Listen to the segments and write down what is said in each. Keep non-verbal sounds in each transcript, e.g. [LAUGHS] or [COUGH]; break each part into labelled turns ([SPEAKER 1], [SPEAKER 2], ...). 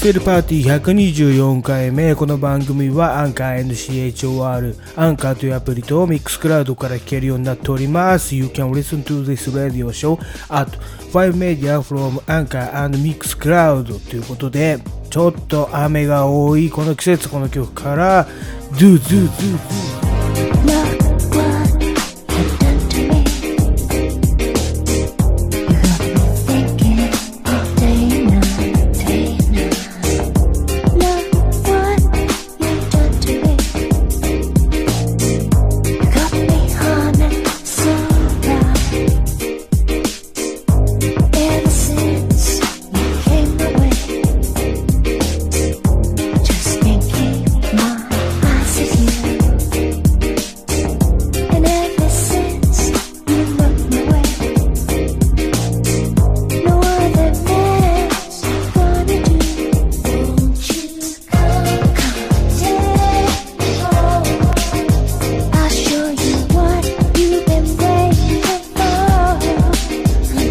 [SPEAKER 1] クエルパーティー124回目この番組はアンカー NCHOR アンカーというアプリとミックスクラウドから聞けるようになっております You can listen to this radio show at 5 media from アンカー and mixcloud ということでちょっと雨が多いこの季節この曲から Do Do Do Do
[SPEAKER 2] Look what you've done to me. You got me thinking all day and night, day and night. Look what you've done to me. You got me haunted so bad. Ever since you came away, just thinking my eyes is you. And ever since you looked away, no other man's gonna do. Won't you come, come take me home? I'll show you what you've been waiting for. Come, come take me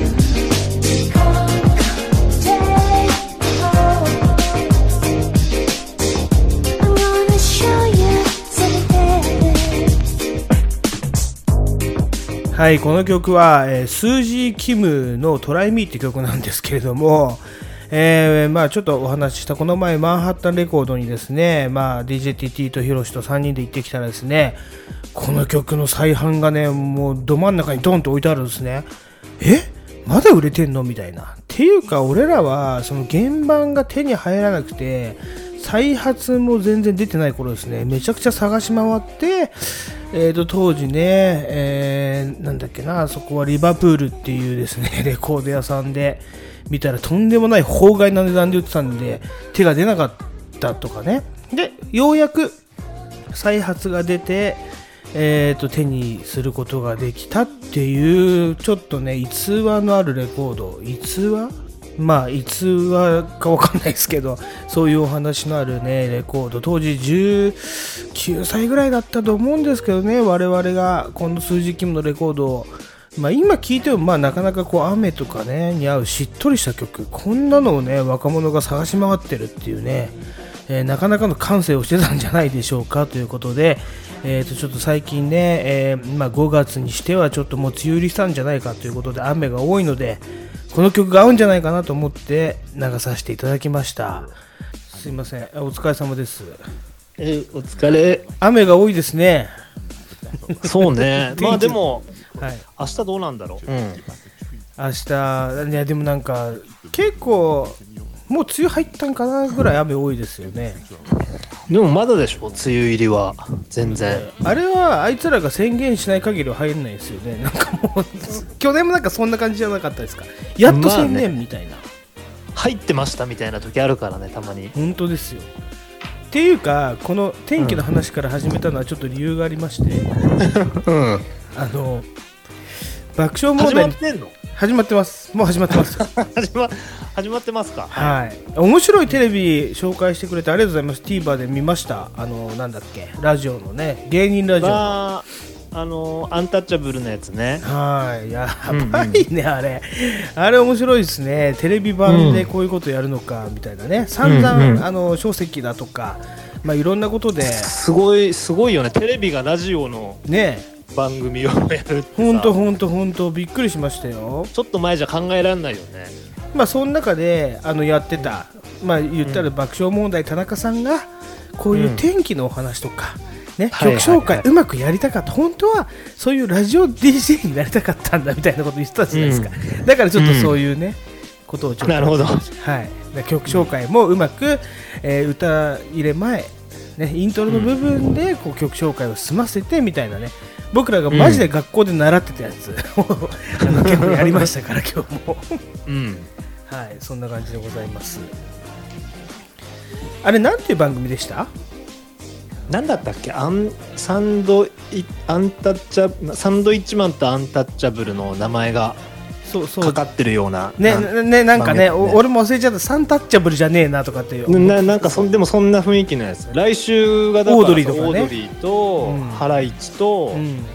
[SPEAKER 2] home. I'm gonna show you something.
[SPEAKER 1] はい、この曲は、えースージー・キムの「トライ・ミー」って曲なんですけれども、えーまあ、ちょっとお話ししたこの前マンハッタンレコードにですね、まあ、DJTT とヒロシと3人で行ってきたらですねこの曲の再販がねもうど真ん中にドンと置いてあるんですねえまだ売れてんのみたいなっていうか俺らはその原版が手に入らなくて再発も全然出てない頃ですねめちゃくちゃ探し回って、えー、と当時ね、えーなんだっけなそこはリバプールっていうですね [LAUGHS] レコード屋さんで見たらとんでもない法外な値段で売ってたんで手が出なかったとかねでようやく再発が出て、えー、と手にすることができたっていうちょっとね逸話のあるレコード逸話まあ逸話かわかんないですけどそういうお話のあるねレコード当時19歳ぐらいだったと思うんですけどね我々がこの数字キムのレコードをまあ、今聴いてもまあなかなかこう雨とか、ね、に合うしっとりした曲こんなのを、ね、若者が探し回ってるっていうね、えーなかなかの感性をしてたんじゃないでしょうかということで、えー、とちょっと最近ね、えーまあ、5月にしてはちょっともう梅雨入りしたんじゃないかということで雨が多いのでこの曲が合うんじゃないかなと思って流させていただきましたすいませんお疲れ様です
[SPEAKER 3] えお疲れ。
[SPEAKER 1] 雨が多いですね。
[SPEAKER 3] そう [LAUGHS] ねまあでも、
[SPEAKER 1] はい
[SPEAKER 3] 明日どうなんだろう。うん。
[SPEAKER 1] 明日いやでもなんか結構もう梅雨入ったんかなぐらい雨多いですよね、
[SPEAKER 3] でもまだでしょ、梅雨入りは。全然。
[SPEAKER 1] あれはあいつらが宣言しない限りは入んないですよ [LAUGHS] ねなんかもう去年もなんかそんな感じじゃなかったですかやっと宣
[SPEAKER 3] まあね
[SPEAKER 1] 言みたいな、
[SPEAKER 3] 入ってましたみたいな時あるからね、たまに。
[SPEAKER 1] 本当ですよっていうかこの天気の話から始めたのはちょっと理由がありまして、
[SPEAKER 3] うん。
[SPEAKER 1] あの爆笑問
[SPEAKER 3] 始ま
[SPEAKER 1] 題
[SPEAKER 3] っ
[SPEAKER 1] に
[SPEAKER 3] てんの
[SPEAKER 1] 始まってますもう始まってます
[SPEAKER 3] [LAUGHS] 始ま、始まってますか。
[SPEAKER 1] [LAUGHS] はい、面白いテレビ紹介してくれてありがとうございます TVer で見ましたあのなんだっけラジオのね芸人ラジオ、
[SPEAKER 3] まあ、あのー、アンタッチャブルのやつね。
[SPEAKER 1] はいやばいね、あれあれ面白いですねテレビ版でこういうことやるのかみたいなね散々、
[SPEAKER 3] うんうん
[SPEAKER 1] あの書籍だとかまあいろんなことです
[SPEAKER 3] ごい、すごいよね。テレビがラジオの
[SPEAKER 1] ね
[SPEAKER 3] 番組をやるってさ。
[SPEAKER 1] ほんとほんとほんとびっくりしましたよ
[SPEAKER 3] ちょっと前じゃ考えられないよね。
[SPEAKER 1] まあ、その中であのやってた、まあ、言ったら爆笑問題、田中さんがこういう天気のお話とか、ね、
[SPEAKER 3] はいはい
[SPEAKER 1] 曲紹介うまくやりたかった、本当はそういうラジオ DJ になりたかったんだみたいなこと言ってたじゃないですか、だからちょっとそういうね、ことをちょっと
[SPEAKER 3] なるほど。
[SPEAKER 1] はい、で曲紹介もうまく、えー歌入れ前、ね、イントロの部分でこう曲紹介を済ませてみたいなね僕らがマジで学校で習ってたやつを、 [LAUGHS] あの結構やりましたから今日も。
[SPEAKER 3] うん。
[SPEAKER 1] はい、そんな感じでございます。あれ、なんていう番組でした
[SPEAKER 3] なんだったっけアンサンドイアンタッチャサンドイッチマンとアンタッチャブルの名前が
[SPEAKER 1] そうそ
[SPEAKER 3] か
[SPEAKER 1] う。
[SPEAKER 3] かってるような
[SPEAKER 1] ね、
[SPEAKER 3] な
[SPEAKER 1] ねね、なんかね、
[SPEAKER 3] 番組だね
[SPEAKER 1] お俺も忘れちゃった、サンタッチャブルじゃねえなとかっていう。
[SPEAKER 3] ななんかそんでもそんな雰囲気のやつ来週がだから
[SPEAKER 1] オードリーとかね
[SPEAKER 3] オードリーと、
[SPEAKER 1] うん
[SPEAKER 3] ハライチと,、
[SPEAKER 1] うん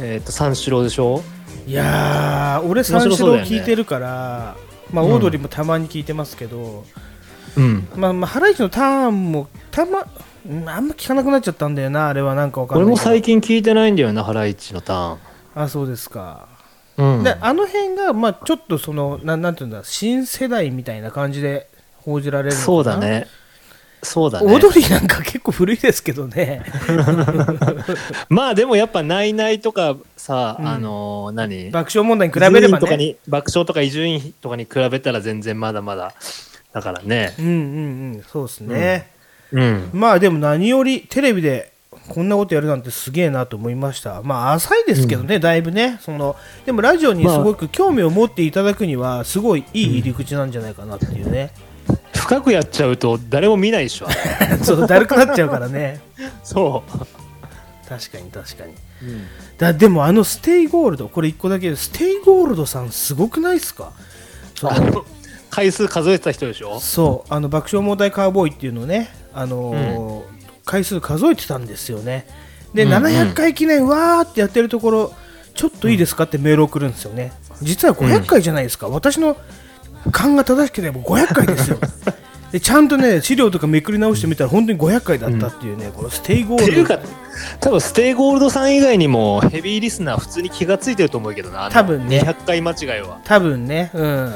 [SPEAKER 3] えー、と三四郎でしょ
[SPEAKER 1] いやー、俺、
[SPEAKER 3] 白
[SPEAKER 1] 三
[SPEAKER 3] そ
[SPEAKER 1] 四
[SPEAKER 3] うだ
[SPEAKER 1] 郎
[SPEAKER 3] よね
[SPEAKER 1] 聞いてるから、まあ、
[SPEAKER 3] うん
[SPEAKER 1] オードリーもたまに聞いてますけど、
[SPEAKER 3] うん
[SPEAKER 1] まあまあハライチのターンもたまうんあんま聞かなくなっちゃったんだよなあれはなんかわかん
[SPEAKER 3] 俺
[SPEAKER 1] ない
[SPEAKER 3] も最
[SPEAKER 1] 近
[SPEAKER 3] 近聞いてないんだよなハライチのタ
[SPEAKER 1] あそうですか、
[SPEAKER 3] ーンうん
[SPEAKER 1] であの辺がまあちょっとそのなんなんていうんだ新世代みたいな感じで報じられるのかな
[SPEAKER 3] そうだねそうだね
[SPEAKER 1] 踊りなんか結構古いですけどね
[SPEAKER 3] まあでもやっぱ「ないない」とかさ、
[SPEAKER 1] うん
[SPEAKER 3] あのー何
[SPEAKER 1] 爆笑問題に比べれば
[SPEAKER 3] 伊集院とか
[SPEAKER 1] ね
[SPEAKER 3] に爆笑とか伊集院とかに比べたら全然まだまだだからね
[SPEAKER 1] うんうんうんそうですね、
[SPEAKER 3] うん
[SPEAKER 1] まあでも何よりテレビでこんなことやるなんてすげえなと思いましたまあ浅いですけどね、だいぶねそのでもラジオにすごく興味を持っていただくにはすごいいい入り口なんじゃないかなっていう
[SPEAKER 3] [LAUGHS]
[SPEAKER 1] ね、
[SPEAKER 3] 深くやっちゃうと誰も見ないで
[SPEAKER 1] [LAUGHS]
[SPEAKER 3] しょ
[SPEAKER 1] そうだるくなっちゃうからね
[SPEAKER 3] そ
[SPEAKER 1] 確かに確かに
[SPEAKER 3] う、
[SPEAKER 1] だでもあのステイゴールドこれ1個だけステイゴールドさんすごくないですかそう
[SPEAKER 3] あの回数数えてた人でしょ
[SPEAKER 1] そうあの爆笑問題カーボーイっていうのをね、あのー回数数えてたんですよねで、
[SPEAKER 3] うんうん
[SPEAKER 1] 700回記念わーってやってるところちょっといいですかってメール送るんですよね実は500回じゃないですか、私の勘が正しければ500回
[SPEAKER 3] [LAUGHS]
[SPEAKER 1] ですよでちゃんとね資料とかめくり直してみたら本当に500回だったっていうね、このステイゴー
[SPEAKER 3] ってい
[SPEAKER 1] ル
[SPEAKER 3] う
[SPEAKER 1] ド
[SPEAKER 3] か多分ステイゴールドさん以外にもヘビーリスナー普通に気がついてると思うけどなあの
[SPEAKER 1] 多分ね
[SPEAKER 3] 200回間違いは
[SPEAKER 1] 多分ねうん、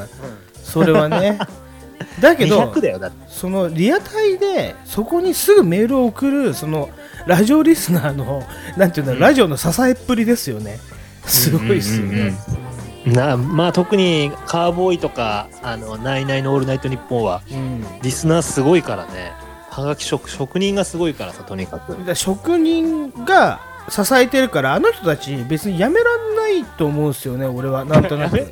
[SPEAKER 1] それはねだけど
[SPEAKER 3] 200だよだって
[SPEAKER 1] そのリアタイでそこにすぐメールを送るそのラジオリスナーのなんていうんだろう、ラジオの支えっぷりですよねすごいですよね、
[SPEAKER 3] なまあ特にカーボーイとか「あのナイナイのオールナイトニッポン」はリスナーすごいからねはがき職職人がすごいからさとにかく
[SPEAKER 1] だから職人が支えてるからあの人たち別にやめらんないと思うんですよね俺はなんとなく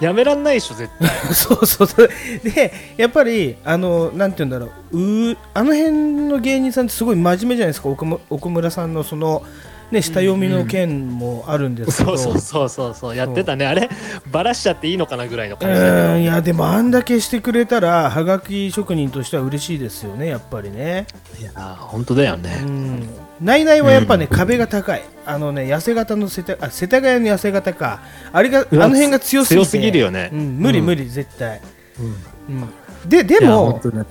[SPEAKER 3] やめらんないでしょ絶対
[SPEAKER 1] [LAUGHS] そうそうそうでやっぱりあのなんていうんだろううーあの辺の芸人さんってすごい真面目じゃないですか奥む奥村さんのその、ね、下読みの件もあるんですけど、
[SPEAKER 3] [LAUGHS] そうそうそうそうそうやってたねあれバラしちゃっていいのかなぐらいの
[SPEAKER 1] う
[SPEAKER 3] 感じだ
[SPEAKER 1] ーんいやでもあんだけしてくれたらはがき職人としては嬉しいですよねやっぱりね
[SPEAKER 3] いやー本当だよ
[SPEAKER 1] う
[SPEAKER 3] ね
[SPEAKER 1] んないないはやっぱね、壁が高いあのね痩せ型の世田あ世田谷の痩せ型かあれがあ
[SPEAKER 3] うわ
[SPEAKER 1] の辺が強すぎて
[SPEAKER 3] 強すぎるよね
[SPEAKER 1] うん、無理無理絶対、
[SPEAKER 3] うん
[SPEAKER 1] うん、でで
[SPEAKER 3] いや
[SPEAKER 1] も
[SPEAKER 3] 本、当だ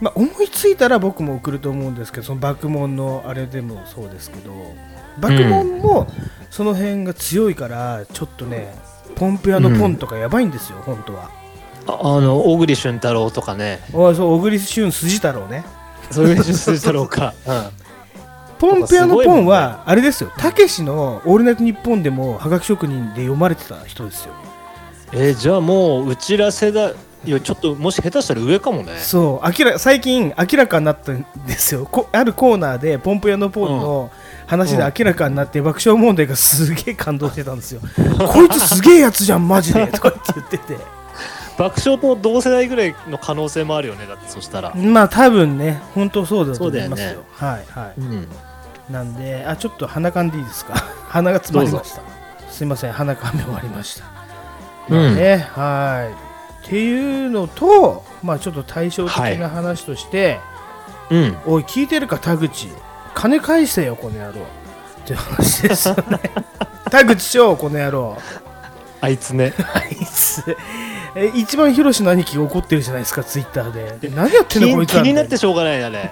[SPEAKER 1] まあ、思いついたら僕も送ると思うんですけどその爆問のあれでもそうですけど爆問もその辺が強いからちょっとねポンプ屋のポンとかやばいんですよ、本当は。
[SPEAKER 3] ああの小栗旬太郎とかね
[SPEAKER 1] おいそう小栗旬筋太郎ね
[SPEAKER 3] そういう人だろうか、 [LAUGHS] うん
[SPEAKER 1] ポンペアのポンはあれですよたけしの「オールナイトニッポン」でもはがき職人で読まれてた人ですよ
[SPEAKER 3] えーじゃあもううちら世代いやちょっともし下手したら上かもね
[SPEAKER 1] そう明ら最近明らかになったんですよこあるコーナーでポンプ屋のポンの話で明らかになって爆笑問題がすげえ感動してたんですよ [LAUGHS] こいつすげえやつじゃんマ
[SPEAKER 3] [LAUGHS]
[SPEAKER 1] ジでとかって言ってて
[SPEAKER 3] 爆笑と同世代ぐらいの可能性もあるよねだってそしたら、
[SPEAKER 1] まあ多分ね本当そうだと思いますよ
[SPEAKER 3] そうだよね
[SPEAKER 1] はいはい
[SPEAKER 3] うん、
[SPEAKER 1] なんであちょっと鼻かんでいいですか鼻が詰まりましたすいません鼻かんで終わりました、
[SPEAKER 3] うん
[SPEAKER 1] まあねはいっていうのとまあちょっと対照
[SPEAKER 3] は
[SPEAKER 1] 的
[SPEAKER 3] い
[SPEAKER 1] な話として、
[SPEAKER 3] うん
[SPEAKER 1] おい聞いてるか田口金返せよこの野郎って話ですよね
[SPEAKER 3] [LAUGHS]
[SPEAKER 1] 田口翔この野郎
[SPEAKER 3] あいつね
[SPEAKER 1] あいつえ一番ヒロシの兄貴が怒ってるじゃないですかツイッターで何やっ
[SPEAKER 3] [LAUGHS]
[SPEAKER 1] てんのこい
[SPEAKER 3] 気
[SPEAKER 1] つらみた
[SPEAKER 3] 気
[SPEAKER 1] い
[SPEAKER 3] になってしょうがないあれ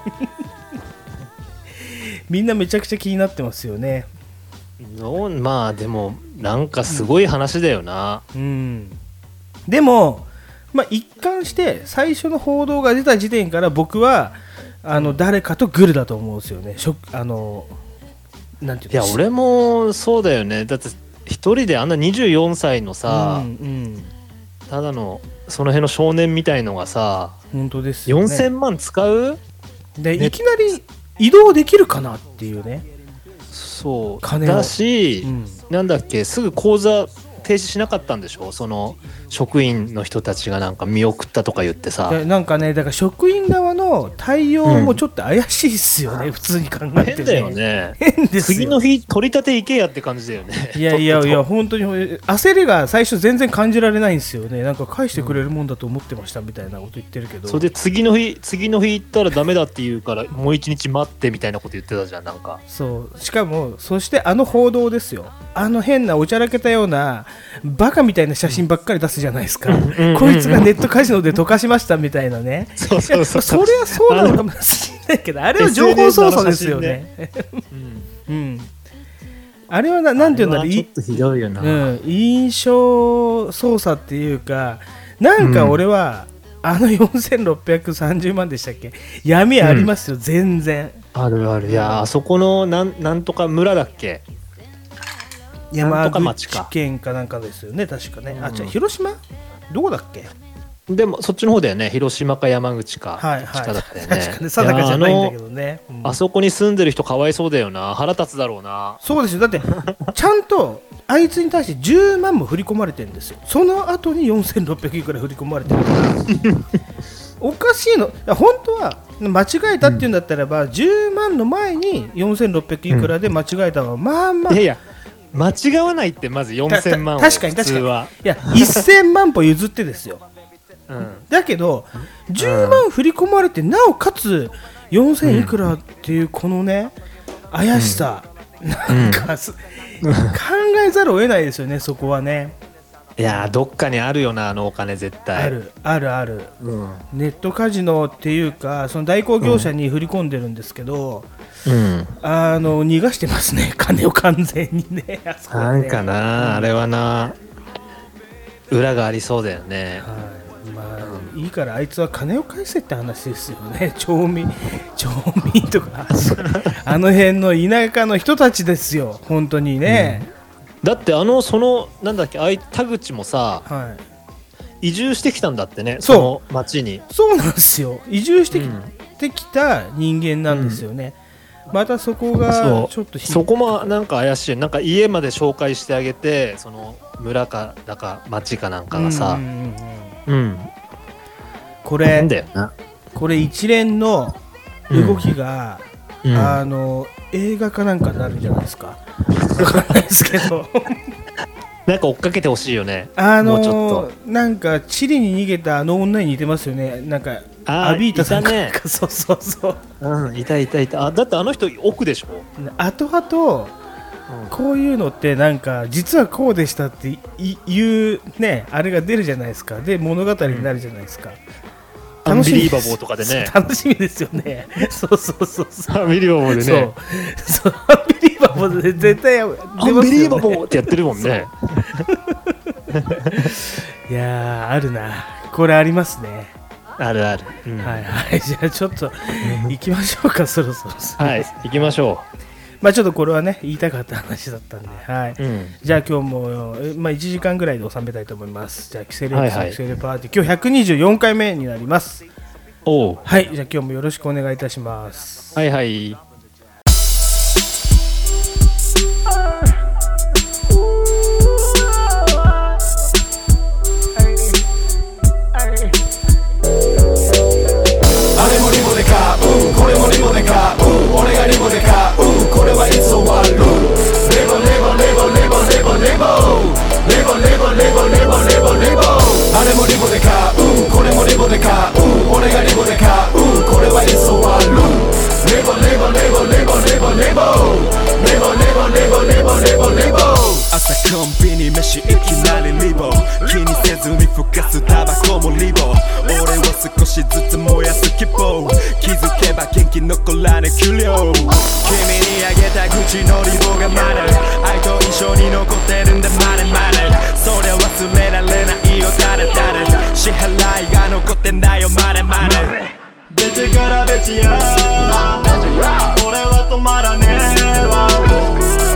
[SPEAKER 1] みんなめちゃくちゃ気になってますよね
[SPEAKER 3] のまあでもなんかすごい話だよな、
[SPEAKER 1] うん、でも、まあ、一貫して最初の報道が出た時点から僕はあの誰かとグルだと思うんですよね。しょあのなんていう
[SPEAKER 3] いや俺もそうだよねだって一人であんな24歳のさ、
[SPEAKER 1] うんうん、
[SPEAKER 3] ただのその辺の少年みたいのがさ
[SPEAKER 1] 本当ですよ、ね。
[SPEAKER 3] 4000万使う
[SPEAKER 1] で
[SPEAKER 3] ね
[SPEAKER 1] いきなり移動できるかなっていうね。
[SPEAKER 3] そう
[SPEAKER 1] 金を
[SPEAKER 3] だし、
[SPEAKER 1] うん
[SPEAKER 3] なんだっけすぐ口座停止しなかったんでしょその職員の人たちがなんか見送ったとか言ってさ
[SPEAKER 1] でなんかねだから職員側の対応もちょっと怪しいっすよね、普通に考えて、
[SPEAKER 3] 変だよ。ね
[SPEAKER 1] 変ですよ
[SPEAKER 3] 次の日取り立て行けやって感じだよね
[SPEAKER 1] いやいやい
[SPEAKER 3] [LAUGHS] と
[SPEAKER 1] や
[SPEAKER 3] っ
[SPEAKER 1] 本当に焦りが最初全然感じられないんですよねなんか返してくれるもんだと思ってましたみたいなこと言ってるけ
[SPEAKER 3] と
[SPEAKER 1] ど
[SPEAKER 3] それで次の日次の日行ったらダメだって言うからもう一日待ってみたいなこと言ってたじゃんなんか
[SPEAKER 1] そうしかもそしてあの報道ですよあの変なおちゃらけたようなバカみたいな写真ばっかり出すじゃないですか、
[SPEAKER 3] んうん
[SPEAKER 1] こいつがネットカジノで溶かしましたみたいなね、
[SPEAKER 3] そうそうそう
[SPEAKER 1] そりゃそうなのかもしれないけど、あれは情報操作ですよね。う
[SPEAKER 3] うん
[SPEAKER 1] ん、あれはななんていうんだろう、
[SPEAKER 3] あれはち
[SPEAKER 1] い
[SPEAKER 3] ょっとひどいよな、
[SPEAKER 1] うん、印象操作っていうか、なんか俺は、あの4630万でしたっけ、闇ありますよ、全然。
[SPEAKER 3] あるあるいやあそこのなんなんとか村だっけな
[SPEAKER 1] 山
[SPEAKER 3] んとか町
[SPEAKER 1] 口
[SPEAKER 3] か
[SPEAKER 1] 県かなんかですよね、確かね。あ、
[SPEAKER 3] うん
[SPEAKER 1] じゃ広島どこだっけ
[SPEAKER 3] でもそっちの方だよね広島か山口か、
[SPEAKER 1] はい
[SPEAKER 3] どっ
[SPEAKER 1] はい。
[SPEAKER 3] ちかだっ
[SPEAKER 1] 確
[SPEAKER 3] たよね
[SPEAKER 1] [LAUGHS] かね、定かじゃないんだけどね。う
[SPEAKER 3] いやあ
[SPEAKER 1] ん
[SPEAKER 3] のあそこに住んでる人かわいそうだよな腹立つだろうな
[SPEAKER 1] そうですよ
[SPEAKER 3] [LAUGHS]
[SPEAKER 1] だってちゃんとあいつに対して10万も振り込まれてるんですよその後に4600いくら振り込まれてるから
[SPEAKER 3] [LAUGHS]
[SPEAKER 1] おかしいの本当は間違えたっていうんだったらば、10万の前に4600いくらで間違えたのは、まあまあ
[SPEAKER 3] いやいや間違わないってまず4000万を
[SPEAKER 1] たた確かに
[SPEAKER 3] 普
[SPEAKER 1] 確
[SPEAKER 3] 通
[SPEAKER 1] かにい
[SPEAKER 3] は、
[SPEAKER 1] や1000万歩譲ってですよ
[SPEAKER 3] うん、
[SPEAKER 1] だけど10万振り込まれてなおかつ4000いくらっていうこのね怪しさ、なんかす、考えざるを得ないですよねそこはね
[SPEAKER 3] いやどっかにあるよなあのお金絶対
[SPEAKER 1] あるあるある
[SPEAKER 3] うん、うん、
[SPEAKER 1] ネットカジノっていうかその代行業者に振り込んでるんですけど、あの逃がしてますね金を完全にねあそこは
[SPEAKER 3] な
[SPEAKER 1] ね
[SPEAKER 3] んかな、あれはな裏がありそうだよね
[SPEAKER 1] はいまあいいからあいつは金を返せって話ですよね [LAUGHS] 町民町民とかあの辺の田舎の人たちですよ本当にね、
[SPEAKER 3] だってあのそのなんだっけあい田口もさ
[SPEAKER 1] はい
[SPEAKER 3] 移住してきたんだってね
[SPEAKER 1] そう
[SPEAKER 3] その町に
[SPEAKER 1] そうなんですよ移住してき,、
[SPEAKER 3] うん
[SPEAKER 1] てきた人間なんですよね、またそこが
[SPEAKER 3] そ
[SPEAKER 1] ちょっと
[SPEAKER 3] う
[SPEAKER 1] ひ
[SPEAKER 3] そこもなんか怪しいなんか家まで紹介してあげてその村かだか町かなんかがさ
[SPEAKER 1] うんうんうんうん
[SPEAKER 3] うん、
[SPEAKER 1] こ
[SPEAKER 3] な
[SPEAKER 1] れ
[SPEAKER 3] んだよな
[SPEAKER 1] これ一連の動きが、
[SPEAKER 3] うん
[SPEAKER 1] あの映画かなんかになるんじゃないですか。わかんないですけど、
[SPEAKER 3] なんか追っかけてほしいよね
[SPEAKER 1] あ
[SPEAKER 3] もうち
[SPEAKER 1] の
[SPEAKER 3] ょ
[SPEAKER 1] なんかチリに逃げたあの女に似てますよね。なんか
[SPEAKER 3] あー
[SPEAKER 1] アビータさんかなん
[SPEAKER 3] い
[SPEAKER 1] か、 [LAUGHS] そうそうそう。
[SPEAKER 3] うんいたいたいたあだってあの人奥でしょ、
[SPEAKER 1] 後々こういうのってなんか実はこうでしたっていいうねあれが出るじゃないですか。で物語になるじゃないですか。
[SPEAKER 3] アンビリーバ
[SPEAKER 1] です
[SPEAKER 3] ボーとかでね
[SPEAKER 1] [LAUGHS] 楽しみですよね。そうそうそうそう。
[SPEAKER 3] アンビリーバボー
[SPEAKER 1] そう、そうアンビリーバボーで絶対出ます
[SPEAKER 3] ア
[SPEAKER 1] よ、ね、
[SPEAKER 3] ンビリーバボーってやってるもんね
[SPEAKER 1] いやーあるなこれありますね、
[SPEAKER 3] あるある、うん
[SPEAKER 1] はいはい [LAUGHS] じゃあちょっと行きましょうかそろそろ
[SPEAKER 3] はい行きましょ
[SPEAKER 1] まあちょっとこれはね言いたかった話だったんではい、
[SPEAKER 3] う、うん、
[SPEAKER 1] じゃあ今日も、えまあ、1時間ぐらいで収めたいと思いますじゃあキセルエ
[SPEAKER 3] は
[SPEAKER 1] ク
[SPEAKER 3] い
[SPEAKER 1] ス
[SPEAKER 3] はい
[SPEAKER 1] キセルパーティー、今日124回目になります
[SPEAKER 3] おう
[SPEAKER 1] はいじゃあ今日もよろしくお願いいたします
[SPEAKER 3] はいはい
[SPEAKER 4] あれもリボでかうんこれもリボでかうん俺がリボでかうんこれはいつ終わるレボレボレボレボレボレボレボレボレボレボレボレボあれもリボでかうんこれもリボでかうん俺がリボでかうんこれはいつ終わるレボレボレボレボレボレボレボレボレボレボレボ朝コンビニ飯いきなりリボ気にせずにふかすタバコもリボ俺は少しずつ燃やす希望気づけば元気残らぬ給料君にあげた口のリボがまだ愛と一緒に残ってるんだまだまだそれは忘れられないよただただ支払いが残ってないよまだまだ出てから別や俺は止まらねえわ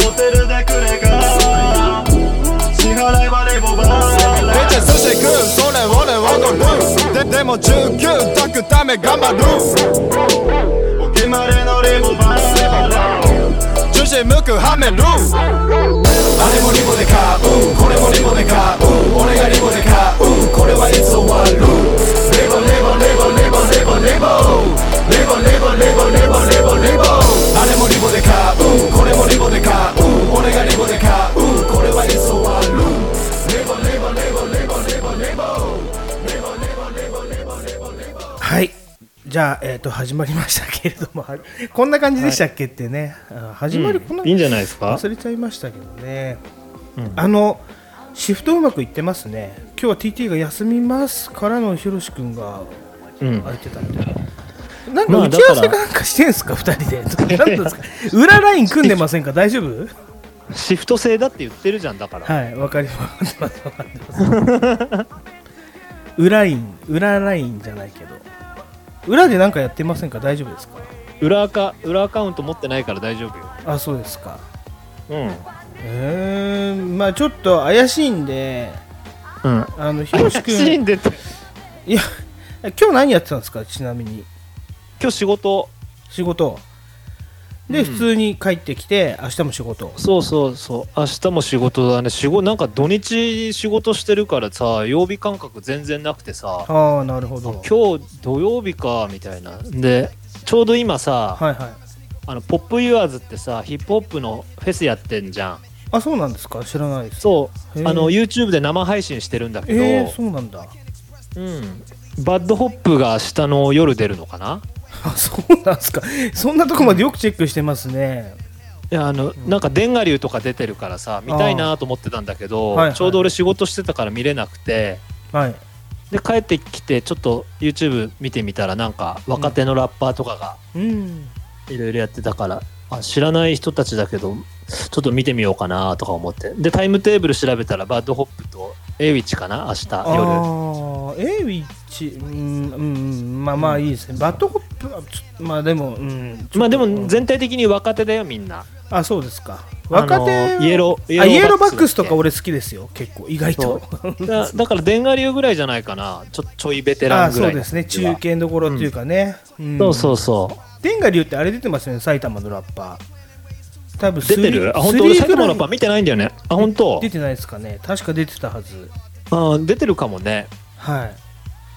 [SPEAKER 4] ホテルでくれか支払いはレボバー
[SPEAKER 5] ベチ寿司食うそれ俺は踊るででも19抱くため頑張る
[SPEAKER 4] お決まりのレボバー
[SPEAKER 5] 樹脂向くはめる
[SPEAKER 4] あれもリボでかうんこれもリボでかうん俺がリボでかうんこれはいつ終わるレボレボレボレボレボレボレボレボレボレボレボレボあれもリボでかうんこれもリボでかうん俺がリボでかうんこれはいつ終わるレボレボレボレボレボレボ
[SPEAKER 1] はいじゃあ、えー、と始まりましたけれどもこんな感じでしたっけってね、あ始まりこんな、
[SPEAKER 3] いいんじゃないですか
[SPEAKER 1] 忘れちゃいましたけどね、
[SPEAKER 3] うん
[SPEAKER 1] あのシフトうまくいってますね今日は TT が休みますからのひろし君が
[SPEAKER 3] うん
[SPEAKER 1] 空いてたんで、なん
[SPEAKER 3] ま
[SPEAKER 1] か
[SPEAKER 3] あ
[SPEAKER 1] 打ち合わせ
[SPEAKER 3] だ
[SPEAKER 1] か
[SPEAKER 3] から
[SPEAKER 1] なんかしてんすか、二人で何なんですか裏ライン組んでませんか大丈夫
[SPEAKER 3] シフト制だって言ってるじゃんだから、
[SPEAKER 1] はい、わかります。わかります。 [LAUGHS] 裏イン、裏ラインじゃないけど。裏で何かやってませんか大丈夫ですか
[SPEAKER 3] 裏アカ裏アカウント持ってないから大丈夫よ
[SPEAKER 1] あ、そうですか。
[SPEAKER 3] うん
[SPEAKER 1] えーん、まあちょっと怪しいんで、
[SPEAKER 3] うん
[SPEAKER 1] あの、ひろしくん、
[SPEAKER 3] 死ん
[SPEAKER 1] い
[SPEAKER 3] でて
[SPEAKER 1] や、今日何やってたんですかちなみに。
[SPEAKER 3] 今日仕事
[SPEAKER 1] 仕事。で、
[SPEAKER 3] うん
[SPEAKER 1] 普通に帰ってきて、明日も仕事。
[SPEAKER 3] そうそうそう明日も仕事だね仕事なんか土日仕事してるからさ曜日感覚全然なくてさ
[SPEAKER 1] ああ、なるほど。
[SPEAKER 3] 今日土曜日かみたいなでちょうど今さ、
[SPEAKER 1] はいはい。
[SPEAKER 3] あのポップユアーズってさヒップホップのフェスやってんじゃん
[SPEAKER 1] あ、そうなんですか知らないです。
[SPEAKER 3] そう
[SPEAKER 1] へー
[SPEAKER 3] あの YouTube で生配信してるんだけど、
[SPEAKER 1] えー、そうなんだ。
[SPEAKER 3] うん、バッドホップが明日の夜出るのかな
[SPEAKER 1] あ、そうなんですか。そんなとこまでよくチェックしてますね。
[SPEAKER 3] いやあのなんか電我流とか出てるからさ見たいなと思ってたんだけど、
[SPEAKER 1] はいはい
[SPEAKER 3] ちょうど俺仕事してたから見れなくて
[SPEAKER 1] はい。
[SPEAKER 3] で帰ってきてちょっと YouTube 見てみたらなんか若手のラッパーとかが
[SPEAKER 1] うん。
[SPEAKER 3] いろいろやってたから、あ知らない人たちだけどちょっと見てみようかなとか思ってでタイムテーブル調べたらバッドホップとエイウィッチかな明
[SPEAKER 1] あ
[SPEAKER 3] 日夜
[SPEAKER 1] あ、エイウィッチ、うん、うん、まあまあいいですね。バッドホップはちょっと、まあでも、うん。ちょっと
[SPEAKER 3] まあでも、全体的に若手だよみんな
[SPEAKER 1] あ、そうですか。若手は、
[SPEAKER 3] あのイエロー
[SPEAKER 1] あ、イ
[SPEAKER 3] イ
[SPEAKER 1] エ
[SPEAKER 3] エ
[SPEAKER 1] ロ
[SPEAKER 3] ロ
[SPEAKER 1] ー
[SPEAKER 3] ー
[SPEAKER 1] バ
[SPEAKER 3] バ
[SPEAKER 1] ッ
[SPEAKER 3] ッ
[SPEAKER 1] ク
[SPEAKER 3] ク
[SPEAKER 1] ス
[SPEAKER 3] ス
[SPEAKER 1] と
[SPEAKER 3] と
[SPEAKER 1] か
[SPEAKER 3] か
[SPEAKER 1] 俺好きですよ。結構、意外と。
[SPEAKER 3] だだから電我流ぐらいじゃないかなちょちょいベテ
[SPEAKER 1] [LAUGHS]
[SPEAKER 3] ラ
[SPEAKER 1] あ
[SPEAKER 3] ンぐ
[SPEAKER 1] そ
[SPEAKER 3] ら
[SPEAKER 1] う
[SPEAKER 3] いの
[SPEAKER 1] ですね。中堅どころっていうかね。うん
[SPEAKER 3] そうそうそう
[SPEAKER 1] 天下流ってあれ出てますよね。埼玉のラッパー。多分
[SPEAKER 3] 出てるあ本当俺埼玉のパン見てないんだよねあ本当
[SPEAKER 1] 出てないですかね。確か出てたはず。
[SPEAKER 3] あ出てるかもね
[SPEAKER 1] は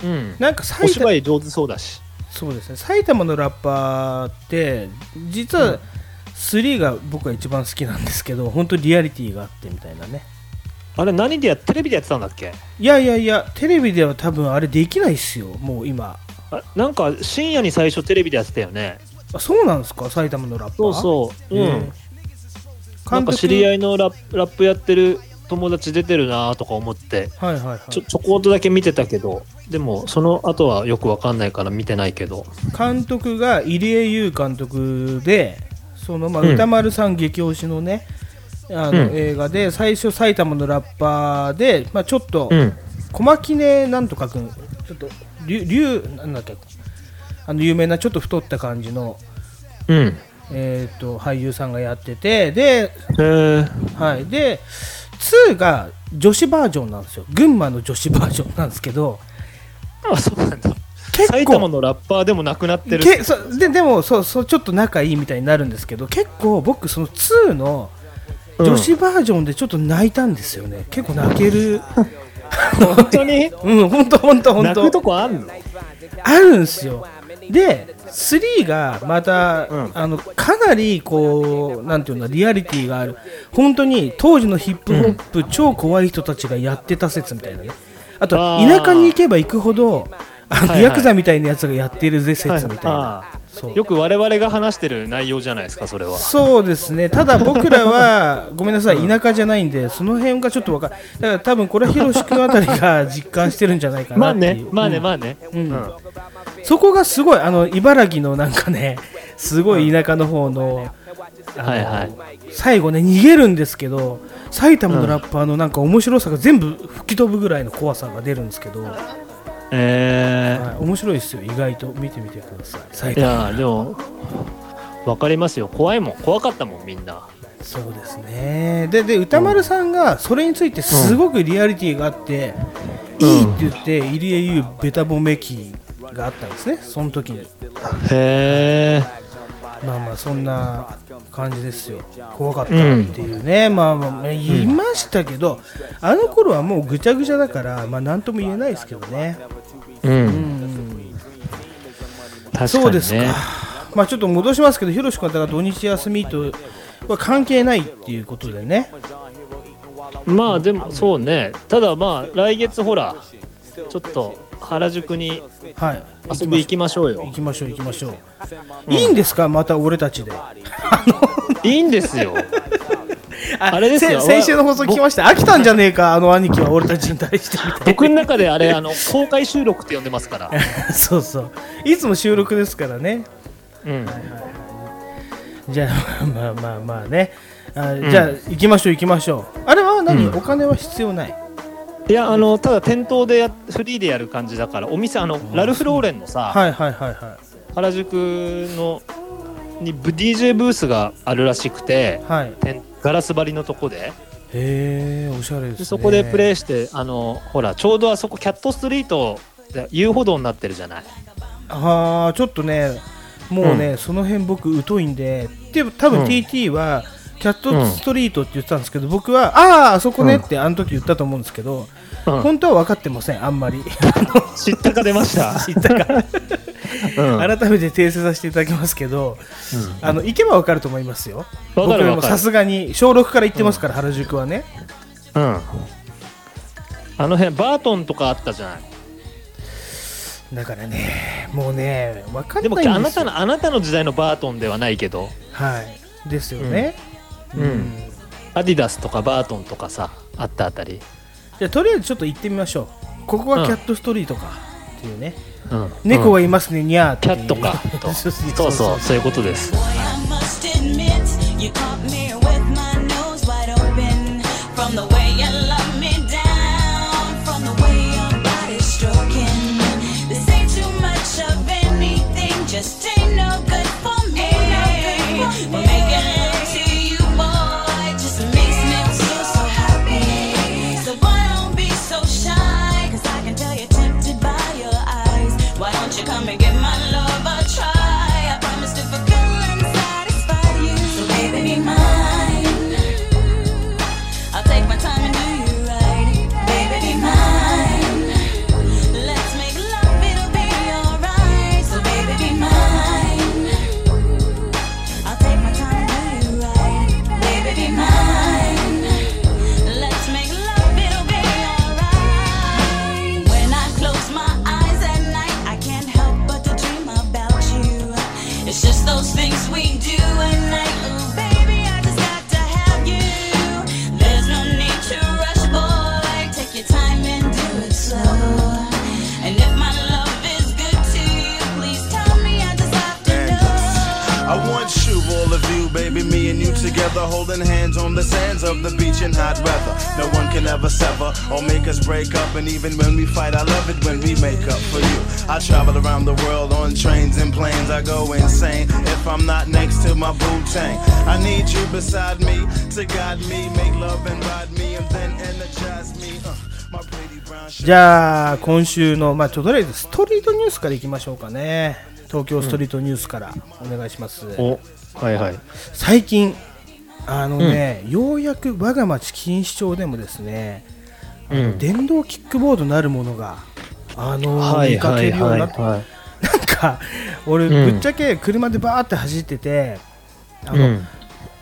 [SPEAKER 1] い。
[SPEAKER 3] うん
[SPEAKER 1] なんか
[SPEAKER 3] お
[SPEAKER 1] 埼玉
[SPEAKER 3] 芝居上手そうだし
[SPEAKER 1] そうですね埼玉のラッパーって実は3が僕は一番好きなんですけど本当リアリティがあってみたいなね
[SPEAKER 3] あれ何でやテレビでやってたんだっけ
[SPEAKER 1] いやいやいやテレビでは多分あれできないっすよもう今
[SPEAKER 3] あなんか深夜に最初テレビでやってたよね
[SPEAKER 1] あそうなんですか埼玉のラッパー
[SPEAKER 3] そうそう、うん
[SPEAKER 1] うん
[SPEAKER 3] なんか知り合
[SPEAKER 1] い
[SPEAKER 3] いのラップラップやってる友達出てるなとか思って
[SPEAKER 1] はいはいはい
[SPEAKER 3] ちょちょこっとだけ見てたけどでもその後はよくわかんないから見てないけど
[SPEAKER 1] 監督が入江優監督でそのまあ
[SPEAKER 3] うん
[SPEAKER 1] 歌丸さん激推しのね、あの
[SPEAKER 3] うん
[SPEAKER 1] 映画で最初埼玉のラッパーで、まあ、ちょっと、
[SPEAKER 3] うん
[SPEAKER 1] 小牧ねなんとかくんちょっと竜竜なんだっけあの有名なちょっと太った感じの、
[SPEAKER 3] うん
[SPEAKER 1] え
[SPEAKER 3] へ
[SPEAKER 1] ー、と俳優さんがやっててで,、
[SPEAKER 3] え
[SPEAKER 1] はい、で2が女子バージョンなんですよ群馬の女子バージョンなんですけど
[SPEAKER 3] あそうなんだ
[SPEAKER 1] 結構
[SPEAKER 3] 埼玉のラッパーでもなくなってる
[SPEAKER 1] けそででもそうそうちょっと仲いいみたいになるんですけど結構僕その2の
[SPEAKER 3] うん
[SPEAKER 1] 女子バージョンでちょっと泣いたんですよね、結構泣け
[SPEAKER 3] [LAUGHS]
[SPEAKER 1] る
[SPEAKER 3] 本当に
[SPEAKER 1] うん本当本当本
[SPEAKER 3] 泣くと
[SPEAKER 1] 当
[SPEAKER 3] こあんの
[SPEAKER 1] あるんですよで3がまた、あのかなりこうなんていうのリアリティがある本当に当時のヒップホップ、超怖い人たちがやってた説みたいなねあと
[SPEAKER 3] あー
[SPEAKER 1] 田舎に行けば行くほどあの
[SPEAKER 3] はいはい
[SPEAKER 1] ヤクザみたいなやつがやってるぜ説みたいな、
[SPEAKER 3] あ
[SPEAKER 1] そう
[SPEAKER 3] よく我々が話してる内容じゃないですかそれは
[SPEAKER 1] そうですね、ただ僕らは、ごめんなさい、田舎じゃないんで、その辺がちょっとわかだから多分これはひろし君あたりが実感してるんじゃないかな
[SPEAKER 3] まあ
[SPEAKER 1] って
[SPEAKER 3] ね
[SPEAKER 1] いう、
[SPEAKER 3] まあね
[SPEAKER 1] うん
[SPEAKER 3] まあね、
[SPEAKER 1] うんそこがすごい、あの茨城のなんか [LAUGHS] ね、すごい田舎の方の、あの
[SPEAKER 3] はいはい
[SPEAKER 1] 最後ね、逃げるんですけど、埼玉のラッパーのなんか面白さが全部吹き飛ぶぐらいの怖さが出るんですけど、は
[SPEAKER 3] え
[SPEAKER 1] い、面白いですよ、意外と、見てみてください、埼
[SPEAKER 3] ー、い
[SPEAKER 1] 玉、
[SPEAKER 3] やーでもわかりますよ怖いもん怖かったもんみんな
[SPEAKER 1] そうですねでで歌丸さんがそれについてすごくリアリティがあって、いいって言って入江優べた褒め期があったんですねその時に
[SPEAKER 3] へえ
[SPEAKER 1] まあまあそんな感じですよ怖かったっていうね、まあまあ言いましたけど、あの頃はもうぐちゃぐちゃだからまあ何とも言えないですけどね
[SPEAKER 3] うん
[SPEAKER 1] うん
[SPEAKER 3] 確かにね
[SPEAKER 1] そうですか、まあちょっと戻しますけどひろし君はだから土日休みとは関係ないっていうことでね
[SPEAKER 3] まあでもそうねただまあ来月ほらちょっと原宿に
[SPEAKER 1] はい
[SPEAKER 3] 遊び行きましょう
[SPEAKER 1] 行
[SPEAKER 3] よ
[SPEAKER 1] きましょう行きましょう、 [LAUGHS] いいんですかまた俺たちであの
[SPEAKER 3] いいんですよあれですよ
[SPEAKER 1] せ先週の放送聞きました飽きたんじゃねえかあの兄貴は俺たちに対してみたい
[SPEAKER 3] 僕の中であれあの公開収録って呼んでますから、
[SPEAKER 1] な [LAUGHS] そうそういつも収録ですからね
[SPEAKER 3] うん、
[SPEAKER 1] じゃあ [LAUGHS] まあまあまあねあじゃあ行きましょう行きましょうあれは何、お金は必要ない
[SPEAKER 3] [LAUGHS] いやあのただ店頭でやフリーでやる感じだからお店あのラルフ・ローレンのさ、
[SPEAKER 1] はいはいはいは
[SPEAKER 3] 原宿のにブ DJ ブースがあるらしくて
[SPEAKER 1] いはいへ
[SPEAKER 3] 店ガラス張りのとこで
[SPEAKER 1] えおしゃれです
[SPEAKER 3] で
[SPEAKER 1] ね
[SPEAKER 3] そこでプレイして、あのほらちょうどあそこキャットストリートで遊歩道になってるじゃない
[SPEAKER 1] ああちょっとねもうね、その辺僕疎いんでで多分
[SPEAKER 3] うん
[SPEAKER 1] TT は、キャットストリートって言ってたんですけど、僕はあああそこねってあの時言ったと思うんですけど、
[SPEAKER 3] うん
[SPEAKER 1] 本当は分かってませんあんまり
[SPEAKER 3] [LAUGHS] [LAUGHS] 知ったか出ました、
[SPEAKER 1] 知ったから
[SPEAKER 3] う
[SPEAKER 1] [LAUGHS]
[SPEAKER 3] ん、
[SPEAKER 1] 改めて訂正させていただきますけど、あの行けば分かると思いますよ
[SPEAKER 3] 分か
[SPEAKER 1] 僕
[SPEAKER 3] る
[SPEAKER 1] も
[SPEAKER 3] 分かる
[SPEAKER 1] さすがに小6から行ってますから、原宿はね
[SPEAKER 3] うんあの辺バートンとかあったじゃない
[SPEAKER 1] だからねもうね分かんないんです
[SPEAKER 3] で
[SPEAKER 1] よ
[SPEAKER 3] もあなたのあなたの時代のバートンではないけど、
[SPEAKER 1] はいですよね、
[SPEAKER 3] うん、アディダスとかバートンとかさあったあたり、
[SPEAKER 1] じゃあとりあえずちょっと行ってみましょうここ
[SPEAKER 3] う
[SPEAKER 1] は
[SPEAKER 3] ん
[SPEAKER 1] キャットストリートかっていうね、
[SPEAKER 3] うん、
[SPEAKER 1] 猫がいますねにゃーって
[SPEAKER 3] キ
[SPEAKER 1] いう
[SPEAKER 3] ャットか
[SPEAKER 1] [LAUGHS]
[SPEAKER 3] と
[SPEAKER 1] そう
[SPEAKER 3] そうそうそういうことです
[SPEAKER 6] Boy, I must admit, you caught me with my nose wide open. From the way you love me down, from the way your body's stroking. This ain't too much of anything, just ain't no good for me. But making love to you, boy, just makes me feel so happy. So why don't be so shy? 'Cause I can tell you're tempted by your eyes. Why don't you come and give my love a try? I promise to fulfill and satisfy you. So baby, be mine. I'll take my time and do you right. Baby, be mine. Let's make love, it'll be alright. So baby, be mine. I'll take my time and do you right. Baby, be mine. Let's make love, it'll be alright. When I close my eyes at night, I can't help but to dream about you. It's just those things we do at night. Ooh, baby, I just got to have you. There's no need to rush, boy. Take your time and do it slow. And if my love is good to you, please tell me I just have to know.
[SPEAKER 4] I want you, all of you, baby, me and you together, holding hands on the sands of the beach in hot weather. No one can ever sever or make us break up, and even when we fight, I love it when we make up for you. I travel around the world on trains and planes, I go insane if I'm not next to my boo tank. I need you beside me to guide me, make love and ride me, and then energize me. Uh, my pretty brown
[SPEAKER 1] じゃあ今週のまあちょっととりあえずストリートニュースからいきましょうかね東京ストリートニュースからお願いします、
[SPEAKER 3] おはいはい
[SPEAKER 1] 最近あのね、ようやく我が町錦糸町でもですね、あの
[SPEAKER 3] うん
[SPEAKER 1] 電動キックボードなるものがあの、見かけるようになって
[SPEAKER 3] はい
[SPEAKER 1] なんか俺、
[SPEAKER 3] うん
[SPEAKER 1] ぶっちゃけ車でバーって走っててあの、
[SPEAKER 3] うん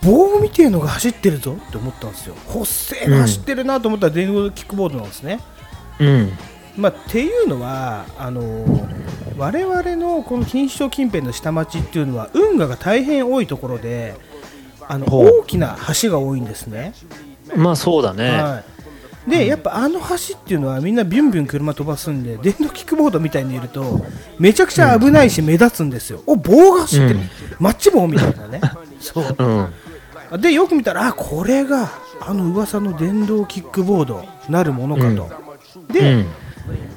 [SPEAKER 1] 棒みてえのが走ってるぞって思ったんですよ細えの走ってるなと思ったら電動キックボードなんですね、
[SPEAKER 3] うん
[SPEAKER 1] まあ、っていうのはあの我々のこの錦糸町近辺の下町っていうのは運河が大変多いところであの
[SPEAKER 3] ほう
[SPEAKER 1] 大きな橋が多いんですね、
[SPEAKER 3] まあそうだね、
[SPEAKER 1] はい、でやっぱあの橋っていうのはみんなビュンビュン車飛ばすんで電動キックボードみたいにいるとめちゃくちゃ危ないし目立つんですよ、お棒が走ってる、
[SPEAKER 3] うん
[SPEAKER 1] マッチ棒みたいな
[SPEAKER 3] [LAUGHS]
[SPEAKER 1] ねそう
[SPEAKER 3] うん
[SPEAKER 1] でよく見たらあこれがあの噂の電動キックボードなるものかと、で、
[SPEAKER 3] うん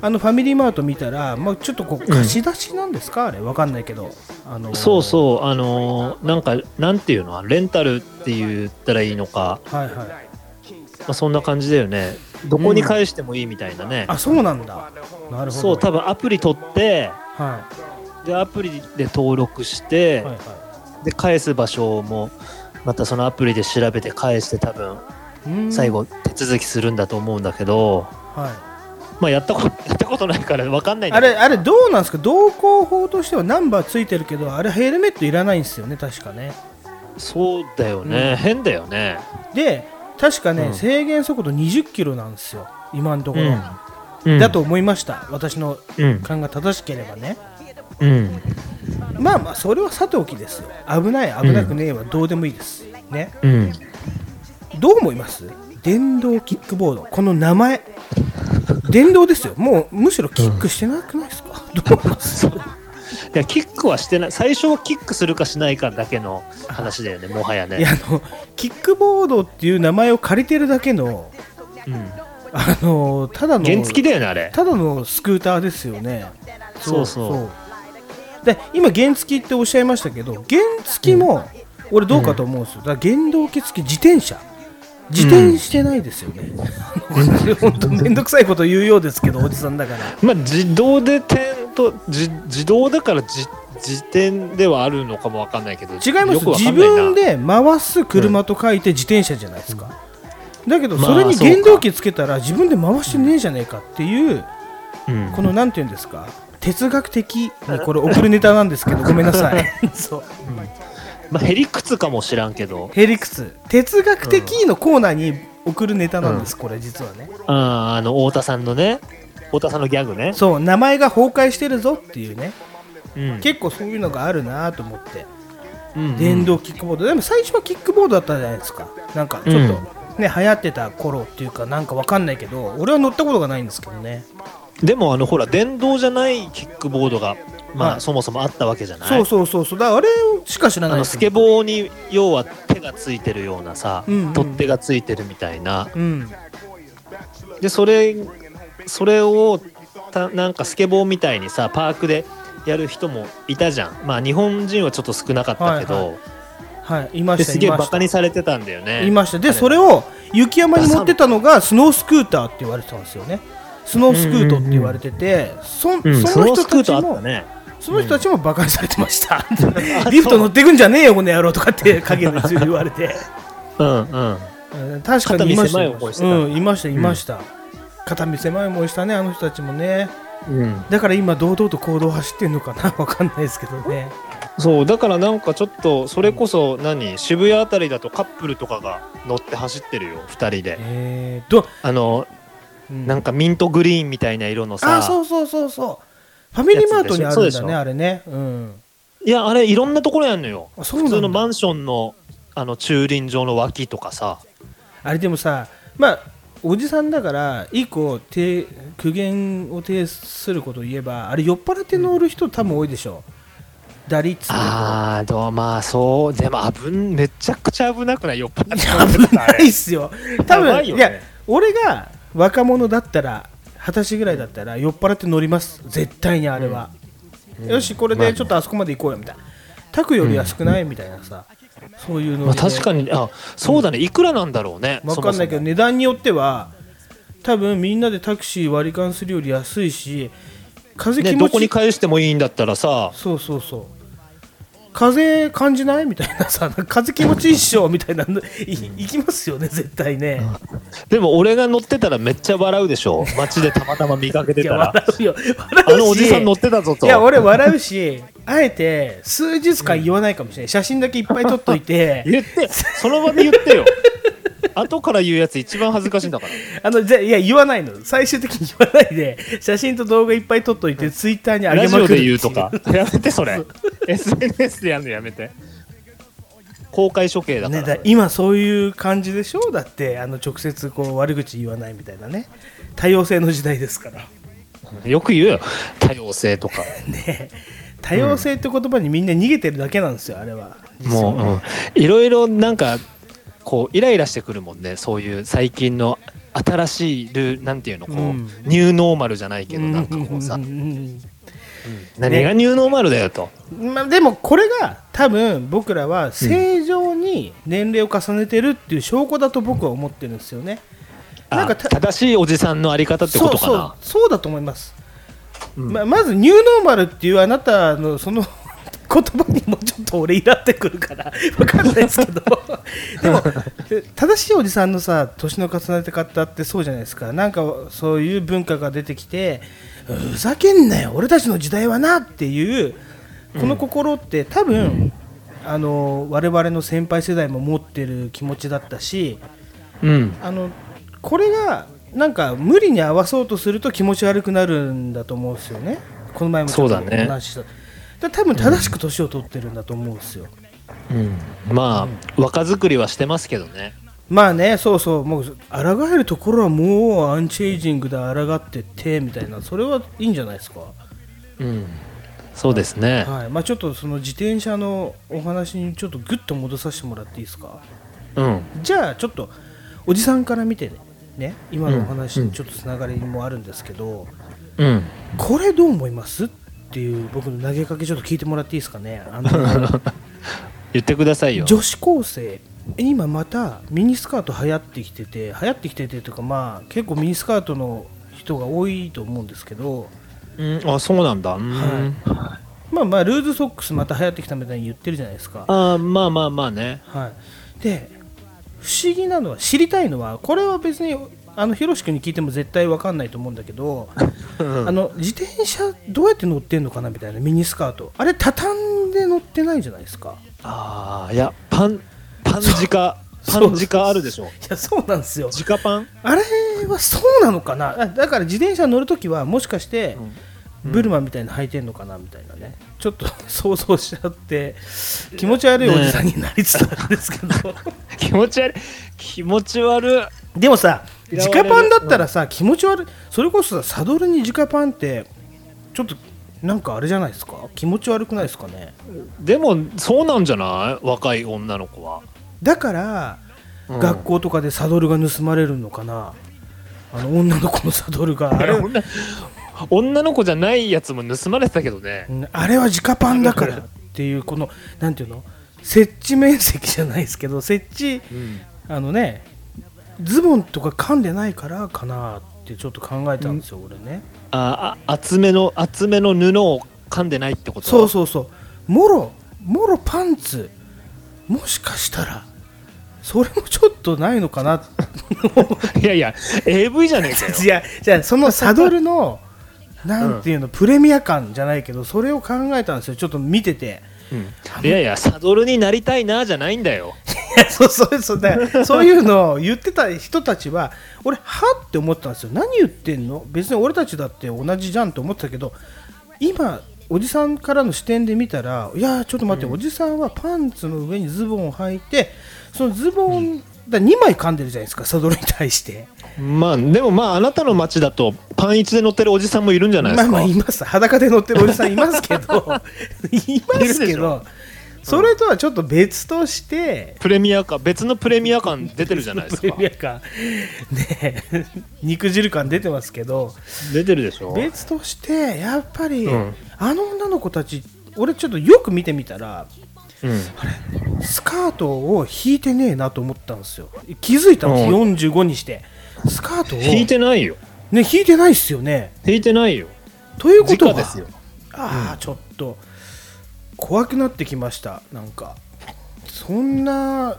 [SPEAKER 1] あのファミリーマート見たら、まあ、ちょっとこう貸し出しなんですか、あれわかんないけどあの
[SPEAKER 3] そうそうあのーなんかなんていうのレンタルって言ったらいいのか、
[SPEAKER 1] うはいはい
[SPEAKER 3] まあ、そんな感じだよねどこに返してもいいみたいなね、
[SPEAKER 1] あそうなんだなるほど
[SPEAKER 3] そう多分アプリ取って
[SPEAKER 1] は
[SPEAKER 3] でアプリで登録し
[SPEAKER 1] いは
[SPEAKER 3] て、
[SPEAKER 1] いは
[SPEAKER 3] で返す場所もまたそのアプリで調べて返して多分
[SPEAKER 1] いうん
[SPEAKER 3] 最後手続きするんだと思うんだけど、
[SPEAKER 1] はい
[SPEAKER 3] まあやったこと [LAUGHS] やったことないから分かんないん
[SPEAKER 1] あ
[SPEAKER 3] だけ
[SPEAKER 1] れ
[SPEAKER 3] ど
[SPEAKER 1] あれどうなんですか同行法としてはナンバーついてるけどあれヘルメットいらないんですよね確かね
[SPEAKER 3] そうだよね、変だよね
[SPEAKER 1] で確かね、
[SPEAKER 3] うん
[SPEAKER 1] 制限速度20キロなんですよ今のところ、
[SPEAKER 3] うん
[SPEAKER 1] だと思いました私の
[SPEAKER 3] うん
[SPEAKER 1] 勘が正しければね
[SPEAKER 3] うん
[SPEAKER 1] まあまあそれはさておきですよ危ない危なくねえはどうでもいいですね
[SPEAKER 3] うん
[SPEAKER 1] どう思います電動キックボードこの名前電動ですよもうむしろキックしてなくないですか、どう思います
[SPEAKER 3] そういやキックはしてない最初はキックするかしないかだけの話だよねもはや
[SPEAKER 1] いや
[SPEAKER 3] ね、
[SPEAKER 1] あのキックボードっていう名前を借りてるだけの
[SPEAKER 3] うん、
[SPEAKER 1] あのただの
[SPEAKER 3] 原付だよねあれ
[SPEAKER 1] ただのスクーターですよね
[SPEAKER 3] そうそう
[SPEAKER 1] うで今原付っておっしゃいましたけど原付も俺どうかと思うんですよだから原動機付き自転車自転してないですよね、 [LAUGHS] 本当面倒くさいこと言うようですけどおじさんだから
[SPEAKER 3] まあ自動で点と自自動だから自自転ではあるのかもわかんないけど
[SPEAKER 1] 違いま
[SPEAKER 3] よ
[SPEAKER 1] す
[SPEAKER 3] くわ
[SPEAKER 1] 自
[SPEAKER 3] かんないな
[SPEAKER 1] 分で回す車と書いて自転車じゃないですか、だけど
[SPEAKER 3] まあ
[SPEAKER 1] それに原動機つけたら自分で回してねえじゃねえかっていう
[SPEAKER 3] うん
[SPEAKER 1] このなんていうんですか哲学的にこれ送るネタなんですけどごめんなさ
[SPEAKER 3] [LAUGHS]
[SPEAKER 1] いそう
[SPEAKER 3] まあへりくつかもしらんけど
[SPEAKER 1] ヘリクス哲学的のコーナーに送るネタなんです、これ実はね
[SPEAKER 3] あーあの太田さんのね太田さんのギャグね、
[SPEAKER 1] そう名前が崩壊してるぞっていうね
[SPEAKER 3] うん
[SPEAKER 1] 結構そういうのがあるなと思って
[SPEAKER 3] うんうん
[SPEAKER 1] 電動キックボード、でも最初はキックボードだったじゃないですかなんかちょっと
[SPEAKER 3] うん
[SPEAKER 1] ね、流行ってた頃っていうかなんかわかんないけど俺は乗ったことがないんですけどね、
[SPEAKER 3] でもあのほら電動じゃないキックボードがまあ、
[SPEAKER 1] はい
[SPEAKER 3] そもそもあったわけじゃない
[SPEAKER 1] そうそうそうそうだからあれしか知ら
[SPEAKER 3] あ
[SPEAKER 1] ない
[SPEAKER 3] の
[SPEAKER 1] です
[SPEAKER 3] スケボーに要は手がついてるようなさ、
[SPEAKER 1] うんうん
[SPEAKER 3] 取っ手がついてるみたいな
[SPEAKER 1] うん
[SPEAKER 3] でそれそれをたなんかスケボーみたいにさパークでやる人もいたじゃんまあ日本人はちょっと少なかったけど、
[SPEAKER 1] はいはいいま
[SPEAKER 3] で
[SPEAKER 1] した
[SPEAKER 3] すげえ
[SPEAKER 1] いま
[SPEAKER 3] バ
[SPEAKER 1] し
[SPEAKER 3] カ
[SPEAKER 1] た
[SPEAKER 3] にされてたんだよね
[SPEAKER 1] いました
[SPEAKER 3] あ
[SPEAKER 1] で
[SPEAKER 3] れ
[SPEAKER 1] それを雪山に持ってたのがスノースクーターって言われてたんですよねスノースクートって言われてて、そん
[SPEAKER 3] うん
[SPEAKER 1] そ
[SPEAKER 3] そ
[SPEAKER 1] の
[SPEAKER 3] の
[SPEAKER 1] 人
[SPEAKER 3] スクー
[SPEAKER 1] たち
[SPEAKER 3] トあっ
[SPEAKER 1] も
[SPEAKER 3] たね
[SPEAKER 1] その人たちもバカにされてました、 [LAUGHS] リフト乗ってくんじゃねえよこの野郎とかって陰で言われて
[SPEAKER 3] うんうん
[SPEAKER 1] うん確かにいました
[SPEAKER 3] 肩身狭い思いしてた
[SPEAKER 1] うんいましたいました、肩身狭い思いしたねあの人たちもね
[SPEAKER 3] うん
[SPEAKER 1] だから今堂々と行動走ってんのかな [LAUGHS] わかんないですけどね
[SPEAKER 3] そうだからなんかちょっとそれこそ何渋谷あたりだとカップルとかが乗って走ってるよ2人で
[SPEAKER 1] えー、ど、
[SPEAKER 3] あの
[SPEAKER 1] うん
[SPEAKER 3] なんかミントグリーンみたいな色のさ
[SPEAKER 1] あそうそうそうそうファミリーマートにある
[SPEAKER 3] や
[SPEAKER 1] ん
[SPEAKER 3] つでし
[SPEAKER 1] だ
[SPEAKER 3] ょそうで
[SPEAKER 1] ね
[SPEAKER 3] しょ
[SPEAKER 1] あれねうん
[SPEAKER 3] いやあれいろんなところやんのよ
[SPEAKER 1] あ
[SPEAKER 3] 普
[SPEAKER 1] そうなんだ
[SPEAKER 3] 通のマンションのあの駐輪場の脇とかさ
[SPEAKER 1] あれでもさまあおじさんだから以降て苦言を呈することを言えばあれ酔っ払って乗る人多分多いでしょ打率で
[SPEAKER 3] あーどうまあそうでも危んめちゃくちゃ危なくない酔っ払って乗って
[SPEAKER 1] 危
[SPEAKER 3] たらあ
[SPEAKER 1] な
[SPEAKER 3] れ
[SPEAKER 1] いっす
[SPEAKER 3] [LAUGHS]
[SPEAKER 1] よ多
[SPEAKER 3] やば
[SPEAKER 1] 分い,、
[SPEAKER 3] いよね
[SPEAKER 1] や俺が若者だったら二十歳ぐらいだったら酔っ払って乗ります絶対にあれは、よしこれでちょっとあそこまで行こうよみたいなタクより安くない、みたいなさそういうの、
[SPEAKER 3] まあ確かにあそうだねいくらなんだろうね
[SPEAKER 1] わかんないけど
[SPEAKER 3] そもそも
[SPEAKER 1] 値段によっては多分みんなでタクシー割り勘するより安いし風気
[SPEAKER 3] ね
[SPEAKER 1] 持
[SPEAKER 3] ど
[SPEAKER 1] ち、
[SPEAKER 3] こに返してもいいんだったらさ
[SPEAKER 1] そうそうそう風感じないみたいなさ風気持ちいいっしょみたいなのい行きますよね絶対ね、
[SPEAKER 3] でも俺が乗ってたらめっちゃ笑うでしょ街でたまたま見かけて
[SPEAKER 1] い
[SPEAKER 3] た
[SPEAKER 1] や
[SPEAKER 3] ら
[SPEAKER 1] 笑うよ笑う
[SPEAKER 3] あ
[SPEAKER 1] し
[SPEAKER 3] のおじさん乗ってたぞと
[SPEAKER 1] いや俺笑うしあえて数日間言わないかもしれない写真だけいっぱい撮っとい
[SPEAKER 3] [LAUGHS]
[SPEAKER 1] て
[SPEAKER 3] 言ってその場で言っ
[SPEAKER 1] [LAUGHS]
[SPEAKER 3] てよ後から言うやつ一番恥ずかしいんだから
[SPEAKER 1] あのじゃいや言わないの最終的に言わないで写真と動画いっぱい撮っといてツイッターに上げ
[SPEAKER 3] ラ
[SPEAKER 1] ま
[SPEAKER 3] ジ
[SPEAKER 1] くる
[SPEAKER 3] オ
[SPEAKER 1] って
[SPEAKER 3] で
[SPEAKER 1] い
[SPEAKER 3] 言うとかやめて
[SPEAKER 1] [LAUGHS]
[SPEAKER 3] それ SNS でやるのやめて公開処刑だか
[SPEAKER 1] ね、
[SPEAKER 3] ら、
[SPEAKER 1] だ今そういう感じでしょだってあの直接こう悪口言わないみたいなね多様性の時代ですから、
[SPEAKER 3] よく言うよ多様性とか
[SPEAKER 1] ね、多様性って言葉にみんな逃げてるだけなんですよあれは
[SPEAKER 3] もう、うんいろいろなんかこうイライラしてくるもんねそういう最近の新しいルーなんていうのこう、
[SPEAKER 1] うん
[SPEAKER 3] ニューノーマルじゃないけどなんかこうさ、
[SPEAKER 1] うんうん
[SPEAKER 3] 何がニューノーマルだよと、
[SPEAKER 1] うんまあ、でもこれが多分僕らは正常に年齢を重ねてるっていう証拠だと僕は思ってるんですよね、
[SPEAKER 3] あ
[SPEAKER 1] なんかた
[SPEAKER 3] 正しいおじさんのあり方って
[SPEAKER 1] そ
[SPEAKER 3] こ
[SPEAKER 1] う
[SPEAKER 3] とか
[SPEAKER 1] そう
[SPEAKER 3] な
[SPEAKER 1] そうだと思います、ままずニューノーマルっていうあなたのその [LAUGHS] 言葉にもちょっと俺イラってくるから [LAUGHS] わかんないですけど [LAUGHS] でも正しいおじさんのさ年の重ねて方ってそうじゃないですかなんかそういう文化が出てきてふざけんなよ俺たちの時代はなっていうこの心って多分、あの我々の先輩世代も持ってる気持ちだったし、
[SPEAKER 3] うん
[SPEAKER 1] あのこれがなんか無理に合わそうとすると気持ち悪くなるんだと思うんですよねこの前もちょっと
[SPEAKER 3] そうだね
[SPEAKER 1] お話ししただから多分正しく年を取ってるんだと思うんですよ、
[SPEAKER 3] うんまあ、若作りはしてますけどね
[SPEAKER 1] まあねそうそうもう抗えるところはもうアンチエイジングで抗ってってみたいなそれはいいんじゃないですか
[SPEAKER 3] うん、そうですね。
[SPEAKER 1] はいまあ、ちょっとその自転車のお話にちょっとグッと戻させてもらっていいですか
[SPEAKER 3] うん、
[SPEAKER 1] じゃあちょっとおじさんから見てねね今のお話にちょっとつながりもあるんですけど、
[SPEAKER 3] うん。 [LAUGHS]
[SPEAKER 1] これどう思いますっていう僕の投げかけちょっと聞いてもらっていいですかねあ
[SPEAKER 3] [LAUGHS]
[SPEAKER 1] の
[SPEAKER 3] 言ってくださいよ。
[SPEAKER 1] 女子高生今またミニスカート流行ってきてて流行ってきててというかまあ結構ミニスカートの人が多いと思うんですけど
[SPEAKER 3] うん、あ、そうなんだ。うん
[SPEAKER 1] まあまあルーズソックスまた流行ってきたみたいに言ってるじゃないですか
[SPEAKER 3] あー、まあまあまあね。
[SPEAKER 1] はい、で不思議なのは知りたいのはこれは別にあのひろし君に聞いても絶対わかんないと思うんだけど、あの自転車どうやって乗ってんのかなみたいなミニスカートあれ畳んで乗ってないじゃないですか
[SPEAKER 3] ああ、いや、パン、 [LAUGHS] パンジカ、パンジカあるでしょ。
[SPEAKER 1] いやそうなんですよ
[SPEAKER 3] ジカパン
[SPEAKER 1] あれはそうなのかなあだから自転車乗るときはもしかして、ブルマみたいなの履いてんのかなみたいなねちょっと [LAUGHS] 想像しちゃって気持ち悪いおじさんになりつつあるんですけど、
[SPEAKER 3] 気持ち悪い。気持ち悪い。
[SPEAKER 1] [LAUGHS] でもさ
[SPEAKER 3] 嫌
[SPEAKER 1] 直
[SPEAKER 3] われる
[SPEAKER 1] パンだったらさ、気持ち悪いそれこそさサドルに直パンってちょっとなんかあれじゃないですか気持ち悪くないですかね
[SPEAKER 3] でも、そうなんじゃない若い女の子は。
[SPEAKER 1] だから、
[SPEAKER 3] うん
[SPEAKER 1] 学校とかでサドルが盗まれるのかなあの女の子のサドルがあれ
[SPEAKER 3] 女女の子じゃないやつも盗まれてたけどね
[SPEAKER 1] う。んあれは直パンだからっていうこのなんていうの設置面積じゃないですけど設置、あのねズボンとか噛んでないからかなってちょっと考えたんですよ、俺ね
[SPEAKER 3] ああ、厚めの、厚めの布を噛んでないってこと
[SPEAKER 1] そうそうそうもろもろパンツもしかしたらそれもちょっとないのか [LAUGHS] な
[SPEAKER 3] う。いやいや、AV じゃねえかよ。
[SPEAKER 1] いやじゃあそのサドルのなんていうの、プレミア感じゃないけどそれを考えたんですよちょっと見てて
[SPEAKER 3] いやいや、サドルになりたいなじゃないんだ [LAUGHS] よ。
[SPEAKER 1] いや [LAUGHS] そうそうそうだからそういうのを言ってた人たちは俺はって思ったんですよ何言ってんの別に俺たちだって同じじゃんと思ってたけど今おじさんからの視点で見たらいやーちょっと待って、おじさんはパンツの上にズボンを履いてそのズボン、だ2枚噛んでるじゃないですかサドルに対して
[SPEAKER 3] まあ、でもまあ、あなたの街だと、パンイチで乗ってるおじさんもいるんじゃないで
[SPEAKER 1] まあ
[SPEAKER 3] すか。
[SPEAKER 1] まあいます裸で乗ってるおじさんいますけ
[SPEAKER 3] [LAUGHS]
[SPEAKER 1] どいま
[SPEAKER 3] いる
[SPEAKER 1] す
[SPEAKER 3] で
[SPEAKER 1] け
[SPEAKER 3] しょ
[SPEAKER 1] どそれとはちょっと別として、
[SPEAKER 3] プレミア感、別のプレミア感出てるじゃないです
[SPEAKER 1] プレ
[SPEAKER 3] か。
[SPEAKER 1] ミア感ねえ肉汁感出てますけど
[SPEAKER 3] 出てるでしょ。
[SPEAKER 1] 別としてやっぱり、
[SPEAKER 3] うん
[SPEAKER 1] あの女の子たち俺ちょっとよく見てみたら
[SPEAKER 3] うん
[SPEAKER 1] スカートを引いてねえなと思ったんですよ気づいたんです、
[SPEAKER 3] う
[SPEAKER 1] 45にしてスカートを
[SPEAKER 3] 引いてないよ。
[SPEAKER 1] ね、引いてないっすよね
[SPEAKER 3] 引いてないよ。
[SPEAKER 1] ということは
[SPEAKER 3] 直ですよ
[SPEAKER 1] ああ、ちょっと怖くなってきましたなんかそんな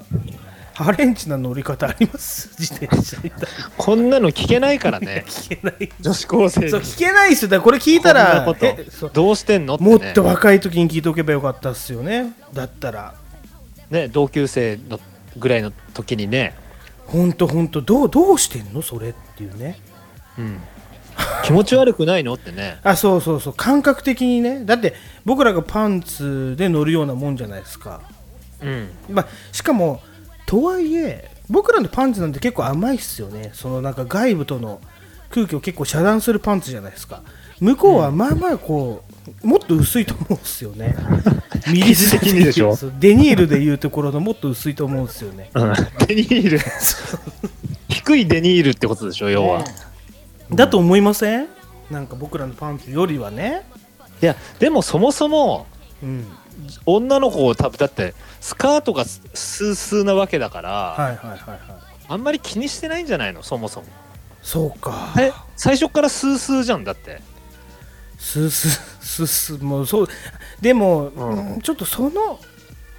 [SPEAKER 1] ハレンチな乗り方あります自転車に
[SPEAKER 3] こんなの聞けないからね。
[SPEAKER 1] 聞けない
[SPEAKER 3] [LAUGHS] 女子高生に
[SPEAKER 1] そう聞けないっすよだからこれ聞い
[SPEAKER 3] こ
[SPEAKER 1] た
[SPEAKER 3] んな
[SPEAKER 1] ら
[SPEAKER 3] こ
[SPEAKER 1] えそ
[SPEAKER 3] と
[SPEAKER 1] う
[SPEAKER 3] どうしてんのって、ね、
[SPEAKER 1] もっと若い時に聞いておけばよかったっすよねだったら
[SPEAKER 3] ね同級生のぐらいの時にね、
[SPEAKER 1] ほんとほんとどうどうしてんのそれっていうね
[SPEAKER 3] うん、気持ち悪くないのってね
[SPEAKER 1] あそうそうそう感覚的にねだって僕らがパンツで乗るようなもんじゃないですか、
[SPEAKER 3] うん
[SPEAKER 1] まあ、しかもとはいえ僕らのパンツなんて結構甘いっすよねそのなんか外部との空気を結構遮断するパンツじゃないですか向こうはまあまあこうもっと薄いと思うんですよねミリ
[SPEAKER 3] 技術的にでしょ
[SPEAKER 1] そうデニールでいうところのもっと薄いと思うんですよね
[SPEAKER 3] [LAUGHS] デニール低いデニールってことでしょ要は、
[SPEAKER 1] だと思いませんなんか僕らのパンツよりはね
[SPEAKER 3] いやでもそもそも
[SPEAKER 1] うん
[SPEAKER 3] 女の子を多分だってスカートがススースーなわけだから、
[SPEAKER 1] はいはいはいはい
[SPEAKER 3] あんまり気にしてないんじゃないのそもそも
[SPEAKER 1] そうか
[SPEAKER 3] え最初からスースーじゃんだって
[SPEAKER 1] すす [LAUGHS] すすもうそうでも、
[SPEAKER 3] ん
[SPEAKER 1] うんちょっとその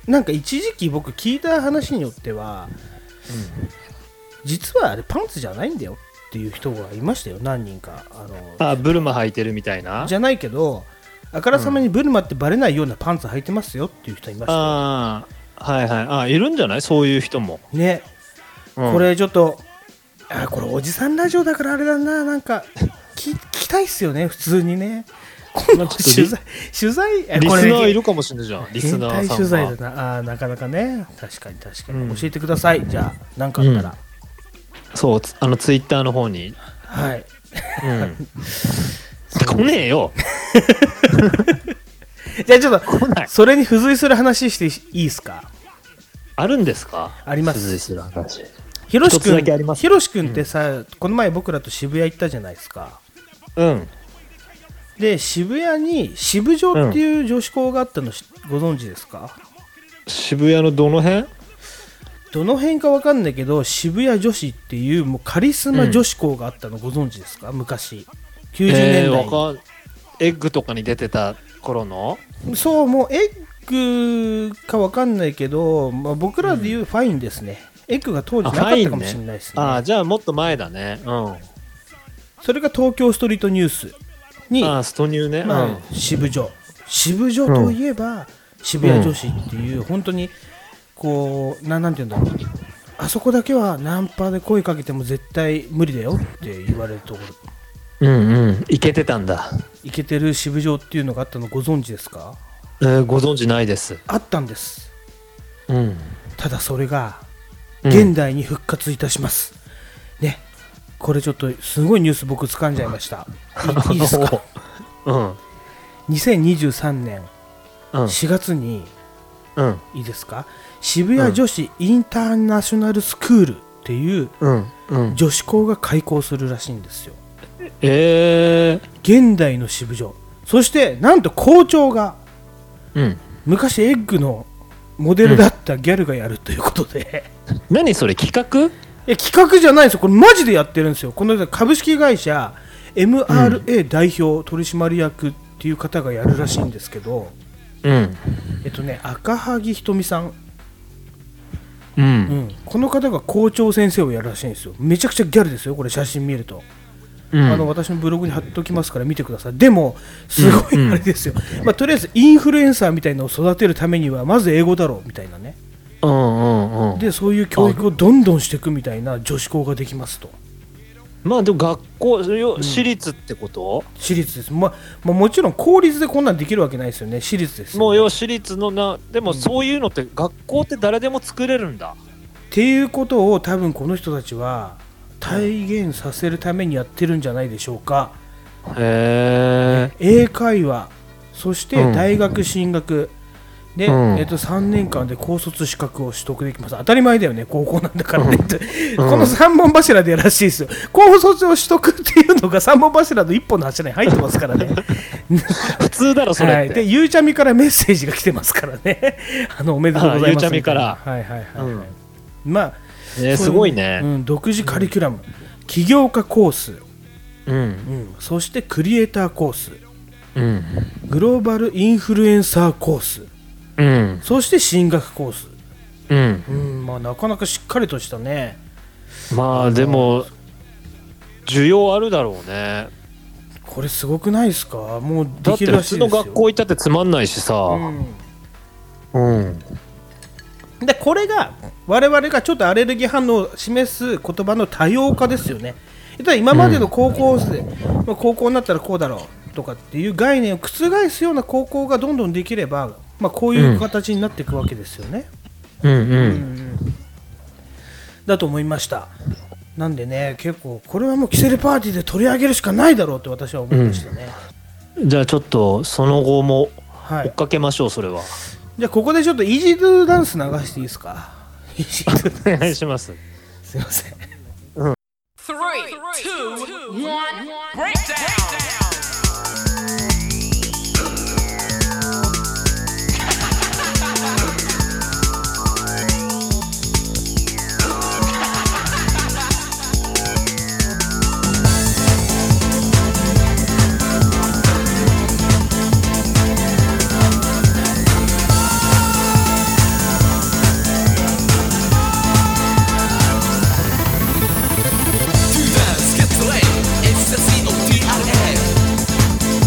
[SPEAKER 1] なんか一時期僕聞いた話によっては、実はあれパンツじゃないんだよっていう人がいましたよ何人かあの
[SPEAKER 3] あブルマ履いてるみたいな
[SPEAKER 1] じゃないけどあからさまにブルマってバレないようなパンツ履いてますよっていう人いましたよ
[SPEAKER 3] ああはいはいあいるんじゃないそういう人も、
[SPEAKER 1] ね
[SPEAKER 3] うん
[SPEAKER 1] これちょっとあこれおじさんラジオだからあれだななんかき聞きたいっすよね普通にね今度
[SPEAKER 3] まあちょっとリ
[SPEAKER 1] 取材、取材あ
[SPEAKER 3] リスナーい
[SPEAKER 1] こ
[SPEAKER 3] るかもしれないじゃん。リ
[SPEAKER 1] れ
[SPEAKER 3] ス
[SPEAKER 1] 変
[SPEAKER 3] ナ
[SPEAKER 1] 態
[SPEAKER 3] ー
[SPEAKER 1] 取
[SPEAKER 3] さん
[SPEAKER 1] 材
[SPEAKER 3] が。
[SPEAKER 1] だな。あーなかなかね。確かに確かに。
[SPEAKER 3] うん
[SPEAKER 1] 教えてください。じゃあ、何かあったら。
[SPEAKER 3] うんそう、つあの、ツイッターの方に。
[SPEAKER 1] はい。 [LAUGHS]
[SPEAKER 3] うん。来ねえよ。
[SPEAKER 1] じゃあちょっ
[SPEAKER 3] 来な
[SPEAKER 1] と、
[SPEAKER 3] い
[SPEAKER 1] それに付随する話していいですか
[SPEAKER 3] あるんですか
[SPEAKER 1] あります
[SPEAKER 3] 付随する話。
[SPEAKER 1] ひろし
[SPEAKER 3] 一つ
[SPEAKER 1] く
[SPEAKER 3] だ
[SPEAKER 1] ん、
[SPEAKER 3] けあります
[SPEAKER 1] ひろしくんってさ、この前僕らと渋谷行ったじゃないですか。
[SPEAKER 3] うん。
[SPEAKER 1] で、渋谷に渋城っていう女子校があったのし、ご存知ですか
[SPEAKER 3] 渋谷のどの辺
[SPEAKER 1] どの辺かわかんないけど渋谷女子っていうもうカリスマ女子校があったのご存知ですか、昔90年
[SPEAKER 3] えー
[SPEAKER 1] 代に、
[SPEAKER 3] わかんエッグとかに出てた頃の
[SPEAKER 1] そうもうエッグかわかんないけど、まあ、僕らで言うファインですね、エッグが当時なかったかもしれないですね
[SPEAKER 3] ああ、じゃあもっと前だね。う
[SPEAKER 1] それが東京ストリートニュースに
[SPEAKER 3] ん。ああ、ストニューね。
[SPEAKER 1] まあ
[SPEAKER 3] うん。
[SPEAKER 1] 渋女渋女といえば、渋谷女子っていう、本当にこうななんて言うんだろうあそこだけはナンパで声かけても絶対無理だよって言われるところ
[SPEAKER 3] うんうん。いけてたんだ。
[SPEAKER 1] イケてる渋城っていうのがあったのご存知ですか
[SPEAKER 3] えーご存知ないです。
[SPEAKER 1] あったんです
[SPEAKER 3] うん。
[SPEAKER 1] ただそれが
[SPEAKER 3] うん
[SPEAKER 1] 現代に復活いたします、ねこれちょっとすごいニュース僕掴んじゃいま
[SPEAKER 3] [LAUGHS]
[SPEAKER 1] したいいいですか
[SPEAKER 3] うん。
[SPEAKER 1] 2023年
[SPEAKER 3] うん。
[SPEAKER 1] 4月に
[SPEAKER 3] うん。
[SPEAKER 1] いいですか渋谷女子インターナショナルスクールっていう
[SPEAKER 3] うん。うん。
[SPEAKER 1] 女子校が開校するらしいんですよ
[SPEAKER 3] え
[SPEAKER 1] 現代の渋城そしてなんと校長が
[SPEAKER 3] ー。うん。
[SPEAKER 1] 昔エッグのモデルだったギャルがやるということで、
[SPEAKER 3] 何それ企画
[SPEAKER 1] いや企画じゃないんですよ、これマジでやってるんですよ、この株式会社 MRA 代表取締役っていう方がやるらしいんですけど、
[SPEAKER 3] うん。
[SPEAKER 1] えっとね、赤萩ひとみさん,、
[SPEAKER 3] う。
[SPEAKER 1] うんん、この方が校長先生をやるらしいんですよ、めちゃくちゃギャルですよ、これ、写真見ると、
[SPEAKER 3] うん。
[SPEAKER 1] あの私のブログに貼っておきますから見てください、でも、すご
[SPEAKER 3] うんう
[SPEAKER 1] い
[SPEAKER 3] ん
[SPEAKER 1] あれですよ、まあ、とりあえずインフルエンサーみたいなのを育てるためには、まず英語だろうみたいなね、
[SPEAKER 3] うんうんうん。
[SPEAKER 1] でそういう教育をどんどんしていくみたいな女子校ができますと。
[SPEAKER 3] まあでも学校、よ私立ってこと、
[SPEAKER 1] 私立です、まあまあ、もちろん公立でこんなんできるわけないですよね私立ですよね、
[SPEAKER 3] もうよ
[SPEAKER 1] っ
[SPEAKER 3] 私立のなでもそういうのって学校って誰でも作れるんだ、
[SPEAKER 1] ていうことを多分この人たちは体現させるためにやってるんじゃないでしょうか、
[SPEAKER 3] へえ
[SPEAKER 1] 英会話そして
[SPEAKER 3] うん
[SPEAKER 1] 大学進学、で、
[SPEAKER 3] うん
[SPEAKER 1] えっと、3年間で高卒資格を取得できます当たり前だよね高校なんだからね、 [LAUGHS] この3本柱でやるらしいですよ高卒を取得っていうのが3本柱の1本の柱に入ってますから
[SPEAKER 3] [LAUGHS]
[SPEAKER 1] ね
[SPEAKER 3] 普通だろそれって、
[SPEAKER 1] はい、でゆうちゃみからメッセージが来てますからね [LAUGHS] あのおめでとうございます
[SPEAKER 3] あゆうちゃみから
[SPEAKER 1] はいはいはい、
[SPEAKER 3] うん
[SPEAKER 1] まあ
[SPEAKER 3] ね
[SPEAKER 1] そうう
[SPEAKER 3] すごいね
[SPEAKER 1] うん、独自カリキュラム、起業家コース、
[SPEAKER 3] うん
[SPEAKER 1] うん、そしてクリエイターコース
[SPEAKER 3] うん
[SPEAKER 1] グローバルインフルエンサーコース
[SPEAKER 3] うん
[SPEAKER 1] そして進学コース、
[SPEAKER 3] うん
[SPEAKER 1] うんまあ、なかなかしっかりとしたね
[SPEAKER 3] まあでも需要あるだろうね
[SPEAKER 1] これすごくないですかもうで
[SPEAKER 3] だって
[SPEAKER 1] きるら
[SPEAKER 3] 普
[SPEAKER 1] しい
[SPEAKER 3] 通
[SPEAKER 1] で
[SPEAKER 3] の
[SPEAKER 1] すよ
[SPEAKER 3] 学校行ったってつまんないしさうん、
[SPEAKER 1] でこれが我々がちょっとアレルギー反応を示す言葉の多様化ですよね。だから今までの高校生、まあ高校になったらこうだろうとかっていう概念を覆すような高校がどんどんできれば、まあ、こういう形になっていくわけですよね。
[SPEAKER 3] うんうん
[SPEAKER 1] だと思いました。なんでね、結構これはもうキセルパーティーで取り上げるしかないだろうって私は思いましたね。
[SPEAKER 3] じゃあちょっとその後も
[SPEAKER 1] は
[SPEAKER 3] 追
[SPEAKER 1] い
[SPEAKER 3] っ、かけましょうそれは、
[SPEAKER 1] じゃあここでちょっとイージードゥダンス流していいですか。イージードゥ
[SPEAKER 3] お願いします
[SPEAKER 1] すいません。
[SPEAKER 7] Three, two, one, breakdown.
[SPEAKER 8] Two dance, get late. It's the C O T R A.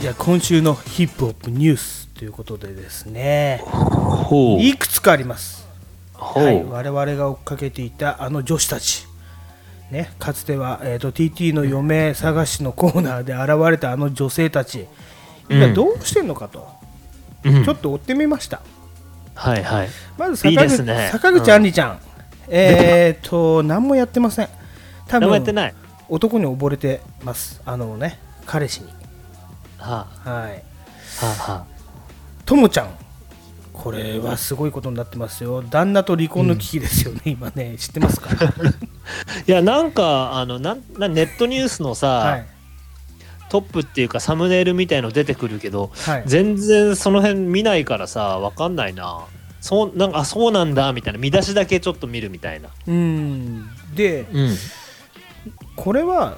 [SPEAKER 1] じゃあ今週のヒップホップニュースということでですね
[SPEAKER 3] ほう。
[SPEAKER 1] いくつかあります、
[SPEAKER 3] ほ
[SPEAKER 1] はい、
[SPEAKER 3] う。
[SPEAKER 1] 我々が追っかけていたあの女子たち、ね、かつては、えー、と TT の嫁探しのコーナーで現れたあの女性たち今
[SPEAKER 3] うん
[SPEAKER 1] どうしてんのかと、
[SPEAKER 3] うん
[SPEAKER 1] ちょっと追ってみました
[SPEAKER 3] はいはい。
[SPEAKER 1] まず
[SPEAKER 3] いい
[SPEAKER 1] 坂
[SPEAKER 3] で
[SPEAKER 1] 口
[SPEAKER 3] すね
[SPEAKER 1] 坂口杏里ちゃん、えー、と何もやってません多
[SPEAKER 3] 何
[SPEAKER 1] 分
[SPEAKER 3] もやってない。
[SPEAKER 1] 男に溺れてますあのね彼氏に
[SPEAKER 3] は
[SPEAKER 1] はい
[SPEAKER 3] あ、はあ、は
[SPEAKER 1] ともちゃんこれはすごいことになってますよ旦那と離婚の危機ですよね、今ね知ってますか
[SPEAKER 3] [LAUGHS] あ。いや、なんか、あの、なん、なんネットニュースのさ、
[SPEAKER 1] はい
[SPEAKER 3] トップっていうかサムネイルみたいの出てくるけど、
[SPEAKER 1] はい
[SPEAKER 3] 全然その辺見ないからさ、わかんないな。そう、なんか、あ、そうなんだ、みたいな。見出しだけちょっと見るみたいな。
[SPEAKER 1] うんで
[SPEAKER 3] うん。
[SPEAKER 1] これは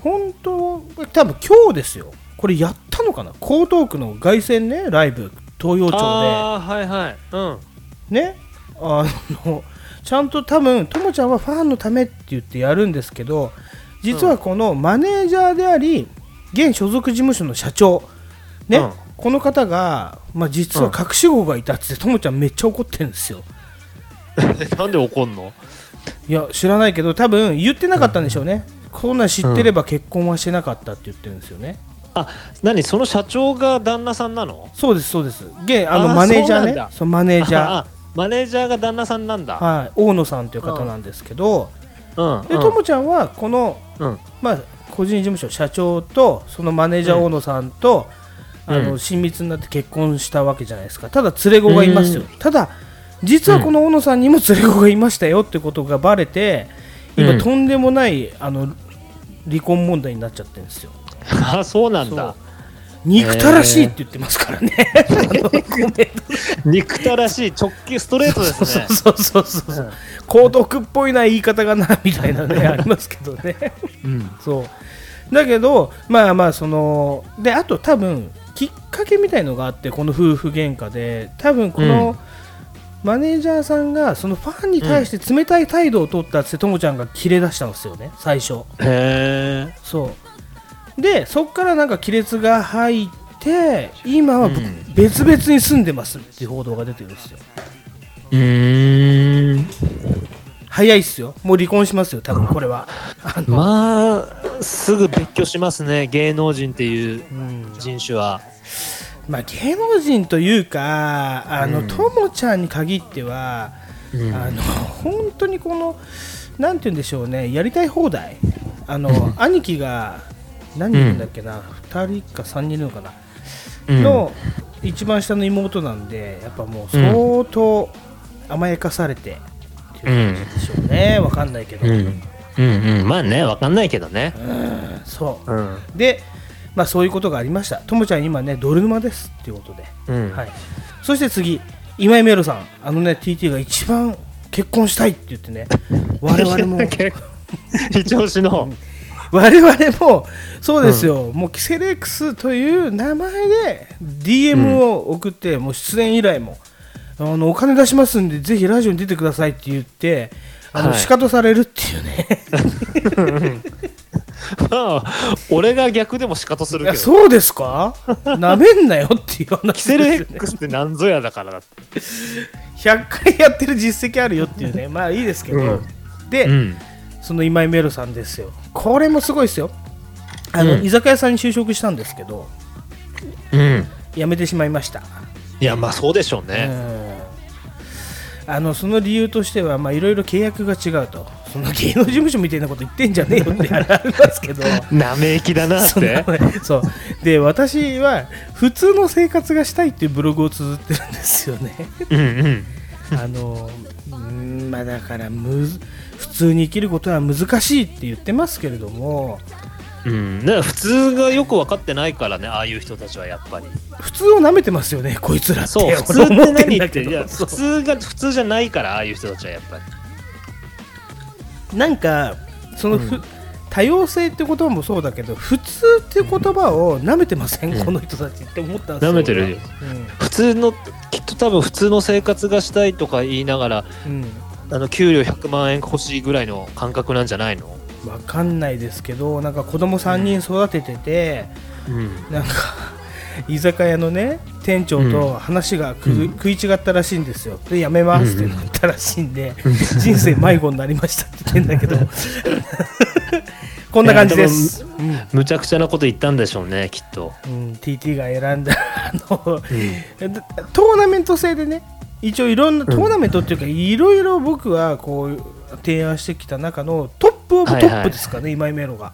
[SPEAKER 1] 本当多分今日ですよこれやったのかな江東区の凱旋ねライブ東洋町
[SPEAKER 3] ああー、はいはい。
[SPEAKER 1] [LAUGHS]
[SPEAKER 3] うん。
[SPEAKER 1] でねあのちゃんと多分ともちゃんはファンのためって言ってやるんですけど実はこのマネージャーであり現所属事務所の社長ね、
[SPEAKER 3] うん
[SPEAKER 1] この方が、まあ、実は隠し子がいたっつってともちゃんめっちゃ怒ってるんですよ
[SPEAKER 3] なんで怒んの
[SPEAKER 1] いや知らないけど多分言ってなかったんでしょうね、こんなん知ってれば結婚はしてなかったって言ってるんですよね、
[SPEAKER 3] あ何その社長が旦那さんなの
[SPEAKER 1] そうですそうです現あの
[SPEAKER 3] あー
[SPEAKER 1] マネージャ
[SPEAKER 3] そ
[SPEAKER 1] ー
[SPEAKER 3] うなん
[SPEAKER 1] ね
[SPEAKER 3] だ
[SPEAKER 1] そうマネージ
[SPEAKER 3] [LAUGHS]
[SPEAKER 1] ャー
[SPEAKER 3] あマネージャーが旦那さんなんだ、
[SPEAKER 1] はい、大野さんという方なんですけど、
[SPEAKER 3] うん
[SPEAKER 1] でともちゃんはこの、
[SPEAKER 3] うんうん
[SPEAKER 1] まあ、個人事務所社長とそのマネージャー
[SPEAKER 3] うん
[SPEAKER 1] 大野さんと、あ
[SPEAKER 3] う
[SPEAKER 1] の
[SPEAKER 3] ん
[SPEAKER 1] 親密になって結婚したわけじゃないですかただ連れ子がいますよ、
[SPEAKER 3] うん
[SPEAKER 1] ただ実はこの大野さんにも連れ子がいましたよってことがバレて今、
[SPEAKER 3] うん
[SPEAKER 1] とんでもないあの離婚問題になっちゃってるんですよ
[SPEAKER 3] あそうなんだ
[SPEAKER 1] 憎たらしいって言ってますから
[SPEAKER 3] [LAUGHS]
[SPEAKER 1] ね、 [LAUGHS] あのコメント
[SPEAKER 3] 憎たらしい直球ストレートですね
[SPEAKER 1] [LAUGHS] そうそうそうそう、高徳っぽいな言い方がなみたいなね
[SPEAKER 3] [LAUGHS]
[SPEAKER 1] ありますけどね
[SPEAKER 3] うん
[SPEAKER 1] そうだけどまあまあそのであと多分きっかけみたいのがあってこの夫婦喧嘩で多分この、マネージャーさんがそのファンに対して冷たい態度を取ったっつってともちゃんが切れ出したんですよね最初
[SPEAKER 3] へえ
[SPEAKER 1] そうでそっからなんか亀裂が入って今はぶ
[SPEAKER 3] うん
[SPEAKER 1] 別々に住んでますっていう報道が出てるんですよ
[SPEAKER 3] うーん
[SPEAKER 1] 早いっすよもう離婚しますよ多分これ
[SPEAKER 3] [LAUGHS]
[SPEAKER 1] はあの、
[SPEAKER 3] まあすぐ別居しますね芸能人っていう
[SPEAKER 1] うん
[SPEAKER 3] 人種は
[SPEAKER 1] まあ芸能人というかあの、
[SPEAKER 3] うん
[SPEAKER 1] ともちゃんに限っては、
[SPEAKER 3] うん
[SPEAKER 1] あの本当にこのなんて言うんでしょうねやりたい放題あの兄貴が何人いるんだっけな、2人か3人いるのかな、
[SPEAKER 3] うん
[SPEAKER 1] の一番下の妹なんでやっぱもう相当甘やかされてっていう感じでしょうね、わかんないけど、
[SPEAKER 3] うんうんうんまあねわかんないけどね
[SPEAKER 1] そう
[SPEAKER 3] うん
[SPEAKER 1] で、まあ、そういうことがありました。ともちゃん、今ね、泥沼ですっていうことで、
[SPEAKER 3] うん、
[SPEAKER 1] はい、そして次、今井メロさん、あのね、TT が一番結婚したいって言ってね、我々も
[SPEAKER 3] 一押しの
[SPEAKER 1] 我々も、そうですよ、もうキセレックスという名前で DM を送って、もう出演以来も、あのお金出しますんで、ぜひラジオに出てくださいって言って、あの、
[SPEAKER 3] はい
[SPEAKER 1] 仕方されるっていうね。
[SPEAKER 3] まあ俺が逆でも仕方する
[SPEAKER 1] い
[SPEAKER 3] け
[SPEAKER 1] や、
[SPEAKER 3] ど
[SPEAKER 1] そうですかなめんなよっていう話
[SPEAKER 3] キ
[SPEAKER 1] です
[SPEAKER 3] セ
[SPEAKER 1] よ
[SPEAKER 3] ル
[SPEAKER 1] ね
[SPEAKER 3] X ってなんぞやだからだって。
[SPEAKER 1] 100回やってる実績あるよっていうね、まあいいですけど、で、
[SPEAKER 3] ん。
[SPEAKER 1] その今井メロさんですよ、これもすごいですよ、あの
[SPEAKER 3] うん
[SPEAKER 1] 居酒屋さんに就職したんですけど、
[SPEAKER 3] うん。
[SPEAKER 1] 辞めてしまいました、
[SPEAKER 3] いや、まあそうでしょうね。
[SPEAKER 1] うんあのその理由としては、まあいろいろ契約が違うと、その芸能事務所みたいなこと言ってんじゃねえよって [LAUGHS] 話ありますけど。
[SPEAKER 3] なめきだなっ
[SPEAKER 1] そんな
[SPEAKER 3] て。
[SPEAKER 1] そうで私は普通の生活がしたいっていうブログを綴ってるんです
[SPEAKER 3] [LAUGHS]
[SPEAKER 1] よね。
[SPEAKER 3] うんうん。
[SPEAKER 1] あのうーんまあだからむず普通に生きることは難しいって言ってますけれども
[SPEAKER 3] うん、だから普通がよく分かってないからねああいう人たちはやっぱり
[SPEAKER 1] 普通を舐めてますよねこいつらって
[SPEAKER 3] そう普通
[SPEAKER 1] 俺
[SPEAKER 3] って
[SPEAKER 1] 思ってん
[SPEAKER 3] 何
[SPEAKER 1] だ
[SPEAKER 3] っ
[SPEAKER 1] け
[SPEAKER 3] ていや
[SPEAKER 1] ど
[SPEAKER 3] 普
[SPEAKER 1] そ
[SPEAKER 3] 通が普通じゃないからああいう人たちはやっぱり
[SPEAKER 1] うなんかそのふ、多様性って言葉もそうだけど普通っていう言葉を舐めてません、
[SPEAKER 3] うん
[SPEAKER 1] この人たちって思ったんですよ
[SPEAKER 3] 舐めてるよ、普通のきっと多分普通の生活がしたいとか言いながら
[SPEAKER 1] うん
[SPEAKER 3] あの給料100万円欲しいぐらいの感覚なんじゃないの
[SPEAKER 1] うん、わかんないですけどなんか子供3人育ててて、
[SPEAKER 3] うん
[SPEAKER 1] なんか居酒屋のね店長と話がく、食い違ったらしいんですよでやめますってなったらしいんで、人生迷子になりましたって言ってんだけど [LAUGHS] こんな感じです、うん
[SPEAKER 3] むちゃくちゃなこと言ったんでしょうねきっと
[SPEAKER 1] うん、TT が選んだ [LAUGHS] あの、だトーナメント制でね一応いろんなトーナメントっていうか、いろいろ僕はこう提案してきた中のトップオブトップですかね、今井メロが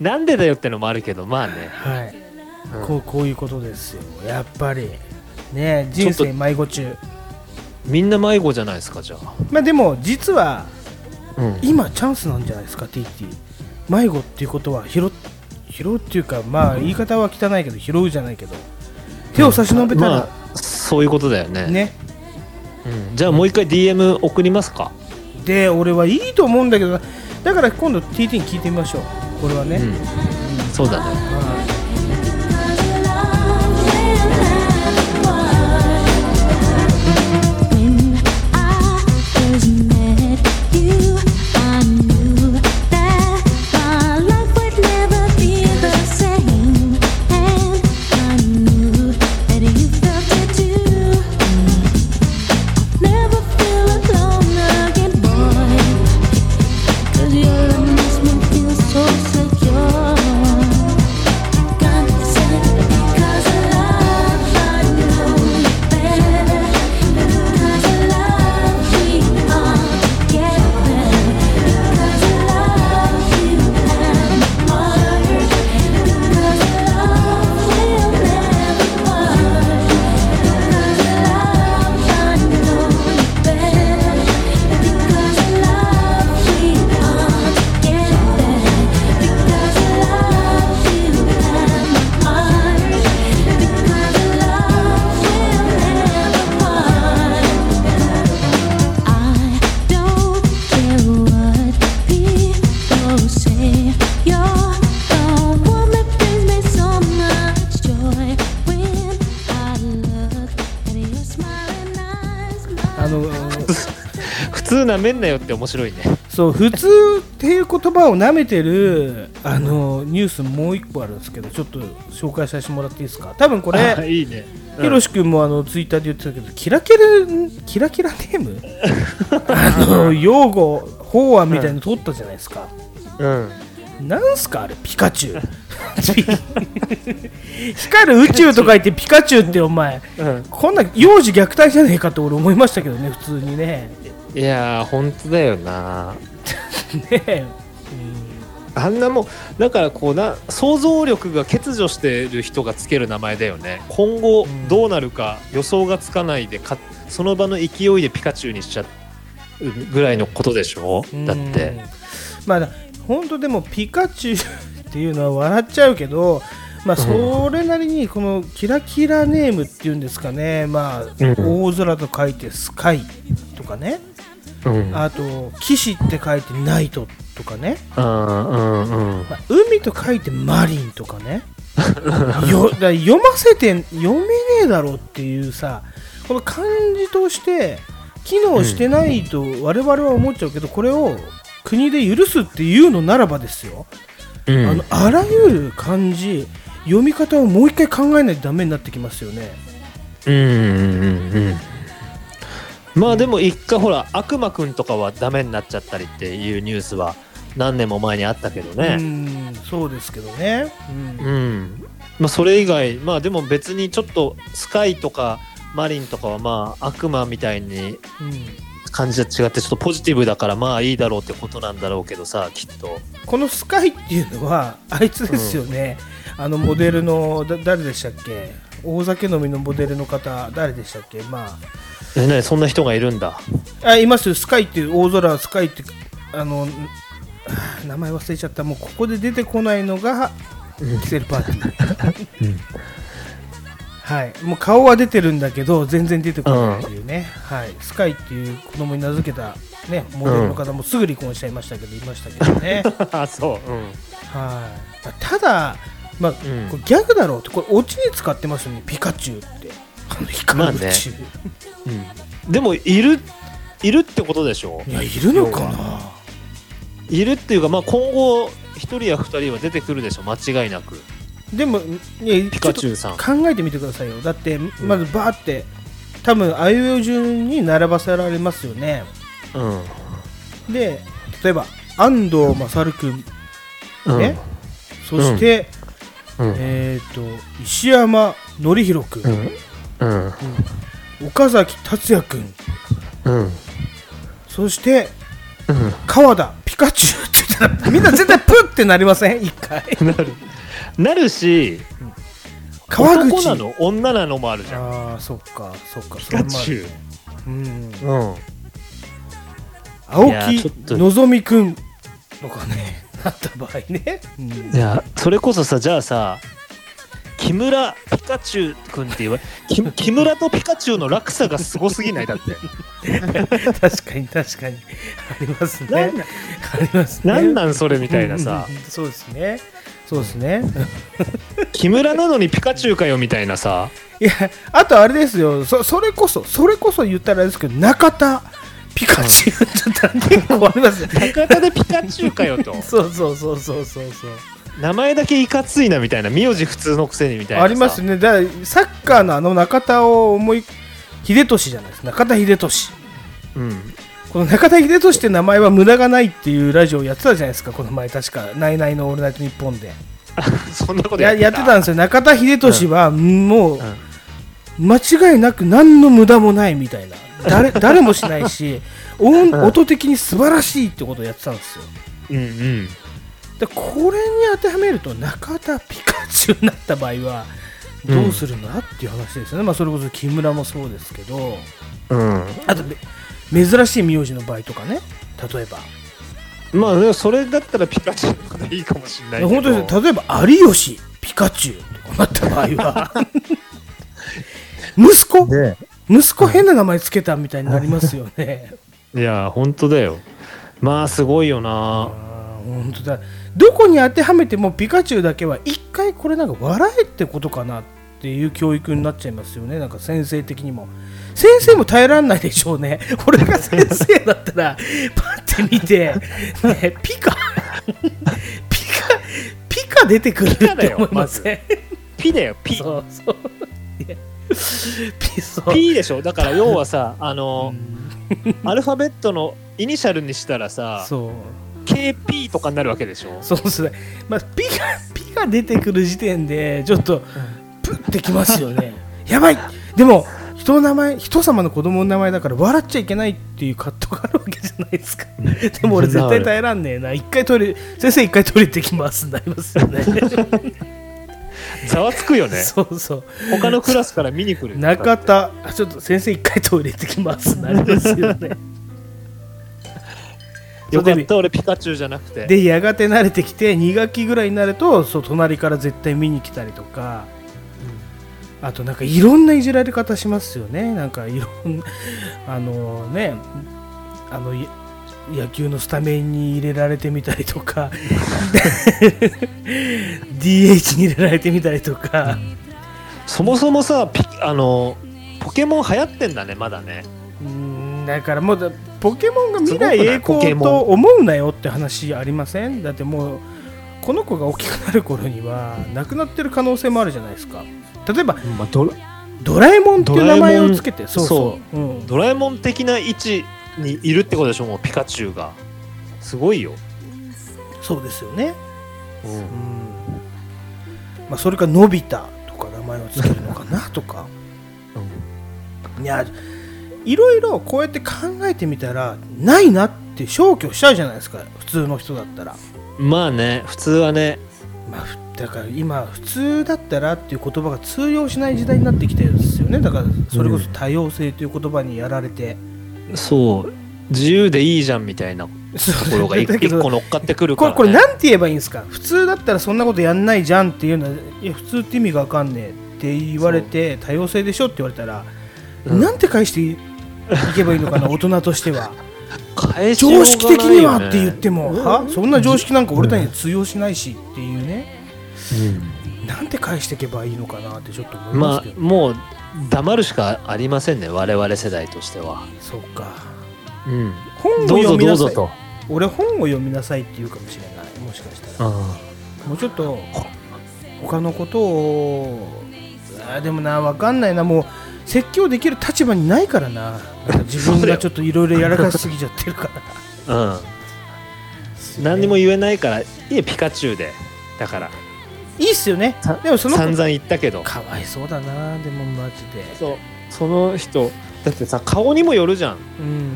[SPEAKER 3] なんでだよってのもあるけどまあね
[SPEAKER 1] はい、こうこういうことですよやっぱりね人
[SPEAKER 3] ちょ
[SPEAKER 1] 生
[SPEAKER 3] っと
[SPEAKER 1] 迷子中
[SPEAKER 3] みんな迷子じゃないですかじゃあ、
[SPEAKER 1] まあでも実は
[SPEAKER 3] うん
[SPEAKER 1] 今チャンスなんじゃないですか TT 迷子っていうことは拾っ拾うっていうかまあ言い方は汚いけど拾うじゃないけど手を差し伸べたら
[SPEAKER 3] まあそういうことだよね
[SPEAKER 1] ね、
[SPEAKER 3] うんじゃあもう一回 DM 送りますか
[SPEAKER 1] で俺はいいと思うんだけどなだから今度 TT に聞いてみましょうこれはね、
[SPEAKER 3] うんそうだね
[SPEAKER 2] So secure. Because of love, I know better. Because of love, we all get better. Because of love, you have heart. Because of love, we'll never part. Because of love, I know better. Because of love, we all get better. Because of love, you have my heart. Because of love, we'll never part. I don't care what people say. You're the one that brings me so much joy. When I look at your smiling eyes,
[SPEAKER 1] あ
[SPEAKER 2] my
[SPEAKER 1] の
[SPEAKER 3] 普通なめんなよって面白いね
[SPEAKER 1] そう普通っていう言葉をなめてるあのニュースもう一個あるんですけどちょっと紹介させてもらっていいですか多分こ
[SPEAKER 3] あ
[SPEAKER 1] れ
[SPEAKER 3] いいね
[SPEAKER 1] ひろし君もあのツイッターで言ってたけどキラキラキラキラネームあの用語法案みたいの取ったじゃないですか、
[SPEAKER 3] うん
[SPEAKER 1] なんすかあれピカチュ
[SPEAKER 3] [LAUGHS]
[SPEAKER 1] ウ [LAUGHS] 光る宇宙と書いてピカチュウってお前、
[SPEAKER 3] うん
[SPEAKER 1] こんな幼児虐待じゃねえかって俺思いましたけどね普通にね
[SPEAKER 3] いやー本当だよな
[SPEAKER 1] ねえ
[SPEAKER 3] あんなもんだからこうな想像力が欠如してる人がつける名前だよね今後どうなるか予想がつかないでかその場の勢いでピカチュウにしちゃうぐらいのことでしょだって
[SPEAKER 1] まあ本当でもピカチュウ [LAUGHS] っていうのは笑っちゃうけどまあそれなりにこのキラキラネームっていうんですかねまあ
[SPEAKER 3] うん
[SPEAKER 1] 大空と書いてスカイとかね
[SPEAKER 3] うん
[SPEAKER 1] あと騎士って書いてナイトとかね
[SPEAKER 3] うんうんうん
[SPEAKER 1] まあ海と書いてマリンとかね [LAUGHS] よだから読ませて読めねえだろっていうさこの漢字として機能してないと我々は思っちゃうけどこれを国で許すっていうのならばですよ、
[SPEAKER 3] うん
[SPEAKER 1] あのあらゆる漢字読み方をもう一回考えないとダメになってきますよね
[SPEAKER 3] うんうんうんうんまあでも一回ほら悪魔くんとかはダメになっちゃったりっていうニュースは何年も前にあったけど
[SPEAKER 1] う
[SPEAKER 3] ね
[SPEAKER 1] んそうですけどね、
[SPEAKER 3] うん、まあそれ以外まあでも別にちょっとスカイとかマリンとかはまあ悪魔みたいに
[SPEAKER 1] うんうん、
[SPEAKER 3] 感じが違ってちょっとポジティブだからまあいいだろうってことなんだろうけどさきっと
[SPEAKER 1] このスカイっていうのはあいつですよね、あのモデルのだ誰でしたっけ大酒飲みのモデルの方誰でしたっけま
[SPEAKER 3] えなにそんな人がいるんだ
[SPEAKER 1] ああいますよスカイっていう大空スカイってあのあ名前忘れちゃったもうここで出てこないのがキセルパーティー、はいもう顔は出てるんだけど全然出てこないっていうね、はい、スカイっていう子供に名付けた、ね、モデルの方もすぐ離婚しちゃいましたけど、いましたけどね
[SPEAKER 3] あ [LAUGHS] そううん
[SPEAKER 1] はい、ただ、まあ
[SPEAKER 3] ん
[SPEAKER 1] これギャグだろうってこれオチに使ってますよねピカチュウってあの光る宇宙、
[SPEAKER 3] でもいるいるってことでしょ
[SPEAKER 1] いやいるのかな
[SPEAKER 3] いるっていうか、まあ、今後1人や2人は出てくるでしょ間違いなく
[SPEAKER 1] でも、ね、
[SPEAKER 3] ピカチュウさん
[SPEAKER 1] ちょっと考えてみてくださいよだってまずバーって多分あいうえお順に並ばせられますよね
[SPEAKER 3] うん、
[SPEAKER 1] で例えば安藤勝君
[SPEAKER 3] うん
[SPEAKER 1] ね、そして、
[SPEAKER 3] うん
[SPEAKER 1] えっ、と石山紀弘君、
[SPEAKER 3] うん
[SPEAKER 1] 岡崎達也君
[SPEAKER 3] うん
[SPEAKER 1] そして、
[SPEAKER 3] うん
[SPEAKER 1] 川田ピカチュウって言ったらみんな絶対プッってなりま
[SPEAKER 3] [LAUGHS]
[SPEAKER 1] せん一回
[SPEAKER 3] なるし
[SPEAKER 1] 川口
[SPEAKER 3] 男なの女なのもあるじゃん
[SPEAKER 1] ああそっかそっか
[SPEAKER 3] ピカチュ
[SPEAKER 1] それも
[SPEAKER 3] ウ
[SPEAKER 1] あるうん
[SPEAKER 3] うん
[SPEAKER 1] 青
[SPEAKER 3] いやちょっ
[SPEAKER 1] 木
[SPEAKER 3] と
[SPEAKER 1] のぞみくんとかね [LAUGHS] なった場合ね、
[SPEAKER 3] いやそれこそさじゃあさ木村ピカチュウ君って
[SPEAKER 1] [LAUGHS]
[SPEAKER 3] 言わ木木村とピカチュウの落差がすごすぎない
[SPEAKER 1] [LAUGHS]
[SPEAKER 3] だって
[SPEAKER 1] 確かに確かにありますね
[SPEAKER 3] なんだ
[SPEAKER 1] ありますね
[SPEAKER 3] なんなんそれみたいなさ
[SPEAKER 1] うんうんうんそうですねそうですね
[SPEAKER 3] 木村なのにピカチュウかよみたいなさ
[SPEAKER 1] いやあとあれですよそそれこそそれこそ言ったらあれですけど中田ピカチュウちょっと結構ありますね
[SPEAKER 3] [LAUGHS] 中田でピカチュウかよと
[SPEAKER 1] そうそうそうそうそうそう
[SPEAKER 3] 名前だけいかついなみたいな名字普通のくせにみたいなさ
[SPEAKER 1] ありますねだからサッカーのあの中田を思い秀俊じゃないですか中田秀俊
[SPEAKER 3] うん
[SPEAKER 1] この中田秀俊って名前は無駄がないっていうラジオやってたじゃないですかこの前確か「ナイナイのオールナイトニッポン」で
[SPEAKER 3] そんなこと
[SPEAKER 1] ややってたんですよ中田秀俊はもう
[SPEAKER 3] うん
[SPEAKER 1] 間違いなく何の無駄もないみたいな誰 [LAUGHS] 誰もしないし音音的に素晴らしいってことをやってたんですよ
[SPEAKER 3] うんうん
[SPEAKER 1] でこれに当てはめると中田ピカチュウになった場合はどうするんだっていう話ですよね、まあ、それこそ木村もそうですけど
[SPEAKER 3] うん
[SPEAKER 1] あとめ珍しい名字の場合とかね例えば
[SPEAKER 3] まあでもそれだったらピカチュウの方がいいかもしれないけど
[SPEAKER 1] 本当ですよ例えば有吉ピカチュウとかなった場合 [LAUGHS] は息子、息子変な名前つけたみたいになりますよね
[SPEAKER 3] いや本当だよまあすごいよな
[SPEAKER 1] あー本当だどこに当てはめてもピカチュウだけは一回これなんか笑えってことかなっていう教育になっちゃいますよねなんか先生的にも先生も耐えられないでしょうねこれが先生だったらパッて見て、ね、ピカピカピカ出てくる
[SPEAKER 3] カ
[SPEAKER 1] っ
[SPEAKER 3] だ
[SPEAKER 1] て
[SPEAKER 3] よ
[SPEAKER 1] 思いません
[SPEAKER 3] ピだよピ
[SPEAKER 1] そうそう。いやピそう。
[SPEAKER 3] P でしょだから要はさあの、アルファベットのイニシャルにしたらさ
[SPEAKER 1] そう。
[SPEAKER 3] KP とかになるわけでしょ
[SPEAKER 1] そうですね。まあ、ピが、ピが出てくる時点で、ちょっと、プッてきますよね。やばいでも、人の名前、人様の子供の名前だから笑っちゃいけないっていう葛藤があるわけじゃないですか。でも俺絶対耐えらんねえな。一回トイレ、先生一回トイレ行ってきますになりますよね。
[SPEAKER 3] ざわつくよね
[SPEAKER 1] そうそう。
[SPEAKER 3] 他のクラスから見に来る
[SPEAKER 1] 中田、あちょっと先生一回トイレ行ってきますになりますよね。
[SPEAKER 3] よかった俺ピカチュウじゃなくて
[SPEAKER 1] でやがて慣れてきて2学期ぐらいになるとそう隣から絶対見に来たりとか、あとなんかいろんないじられ方しますよねなんかいろん [LAUGHS] あのねあのい野球のスタメンに入れられてみたりと
[SPEAKER 3] [LAUGHS]
[SPEAKER 1] か [LAUGHS] DH に入れられてみたりとか
[SPEAKER 3] そもそもさピあのポケモン流行ってんだねまだね
[SPEAKER 1] うんだからもうだポケモンが未来栄
[SPEAKER 3] すごくな
[SPEAKER 1] 光
[SPEAKER 3] いポケモン
[SPEAKER 1] と思うなよって話ありませんだってもうこの子が大きくなる頃にはなくなってる可能性もあるじゃないですか例えば
[SPEAKER 3] まあ、ドラ
[SPEAKER 1] ドラえもんっていう名前
[SPEAKER 3] ドラえ
[SPEAKER 1] を
[SPEAKER 3] もん
[SPEAKER 1] つけてそうそう、うん、
[SPEAKER 3] ドラえもん的な位置にいるってことでしょもうピカチュウがすごいよ、
[SPEAKER 1] そうですよね、
[SPEAKER 3] うん
[SPEAKER 1] まあ、それかのび太とか名前をつけるのかなとかいやいろいろこうやって考えてみたらないなって消去しちゃうじゃないですか普通の人だったら
[SPEAKER 3] まあね普通はね
[SPEAKER 1] まあ、ふだから今普通だったらっていう言葉が通用しない時代になってきてるんですよねだからそれこそ多様性という言葉にやられて、
[SPEAKER 3] そう自由でいいじゃんみたいなところが
[SPEAKER 1] [LAUGHS]
[SPEAKER 3] い
[SPEAKER 1] だけ
[SPEAKER 3] 一
[SPEAKER 1] ど
[SPEAKER 3] 個乗っかってくる
[SPEAKER 1] こ
[SPEAKER 3] から、
[SPEAKER 1] れ
[SPEAKER 3] ね、
[SPEAKER 1] これ何て言えばいいんですか普通だったらそんなことやんないじゃんっていうのはいや普通って意味が分かんねえって言われて多様性でしょって言われたら、
[SPEAKER 3] うん
[SPEAKER 1] なんて返していけばいいのかな
[SPEAKER 3] [LAUGHS]
[SPEAKER 1] 大人としては
[SPEAKER 3] 返しようが
[SPEAKER 1] 常識的には
[SPEAKER 3] ない
[SPEAKER 1] って
[SPEAKER 3] よ
[SPEAKER 1] 言
[SPEAKER 3] ね
[SPEAKER 1] っても、はそんな常識なんか俺たちには通用しないしっていうね、なんて返していけばいいのかなってちょっと思います
[SPEAKER 3] ま
[SPEAKER 1] けど、
[SPEAKER 3] あもう黙るしかありませんね我々世代としては、
[SPEAKER 1] そうか
[SPEAKER 3] うん、
[SPEAKER 1] 本を
[SPEAKER 3] どう
[SPEAKER 1] 読
[SPEAKER 3] ぞ
[SPEAKER 1] み
[SPEAKER 3] ど
[SPEAKER 1] な
[SPEAKER 3] う
[SPEAKER 1] さ
[SPEAKER 3] ぞ
[SPEAKER 1] い
[SPEAKER 3] と
[SPEAKER 1] 俺本を読みなさいって言うかもしれないもしかしたらもうちょっと他のことをあーでもな分かんないなもう説教できる立場にないからななんか自分がちょっといろいろやらかしすぎちゃってるから
[SPEAKER 3] うん [LAUGHS] 何にも言えないからいいよピカチュウでだから
[SPEAKER 1] いいっすよね
[SPEAKER 3] さ
[SPEAKER 1] でもその
[SPEAKER 3] 散々言ったけど
[SPEAKER 1] かわいそうだなでもマジで
[SPEAKER 3] そうその人だってさ顔にもよるじゃん
[SPEAKER 1] うん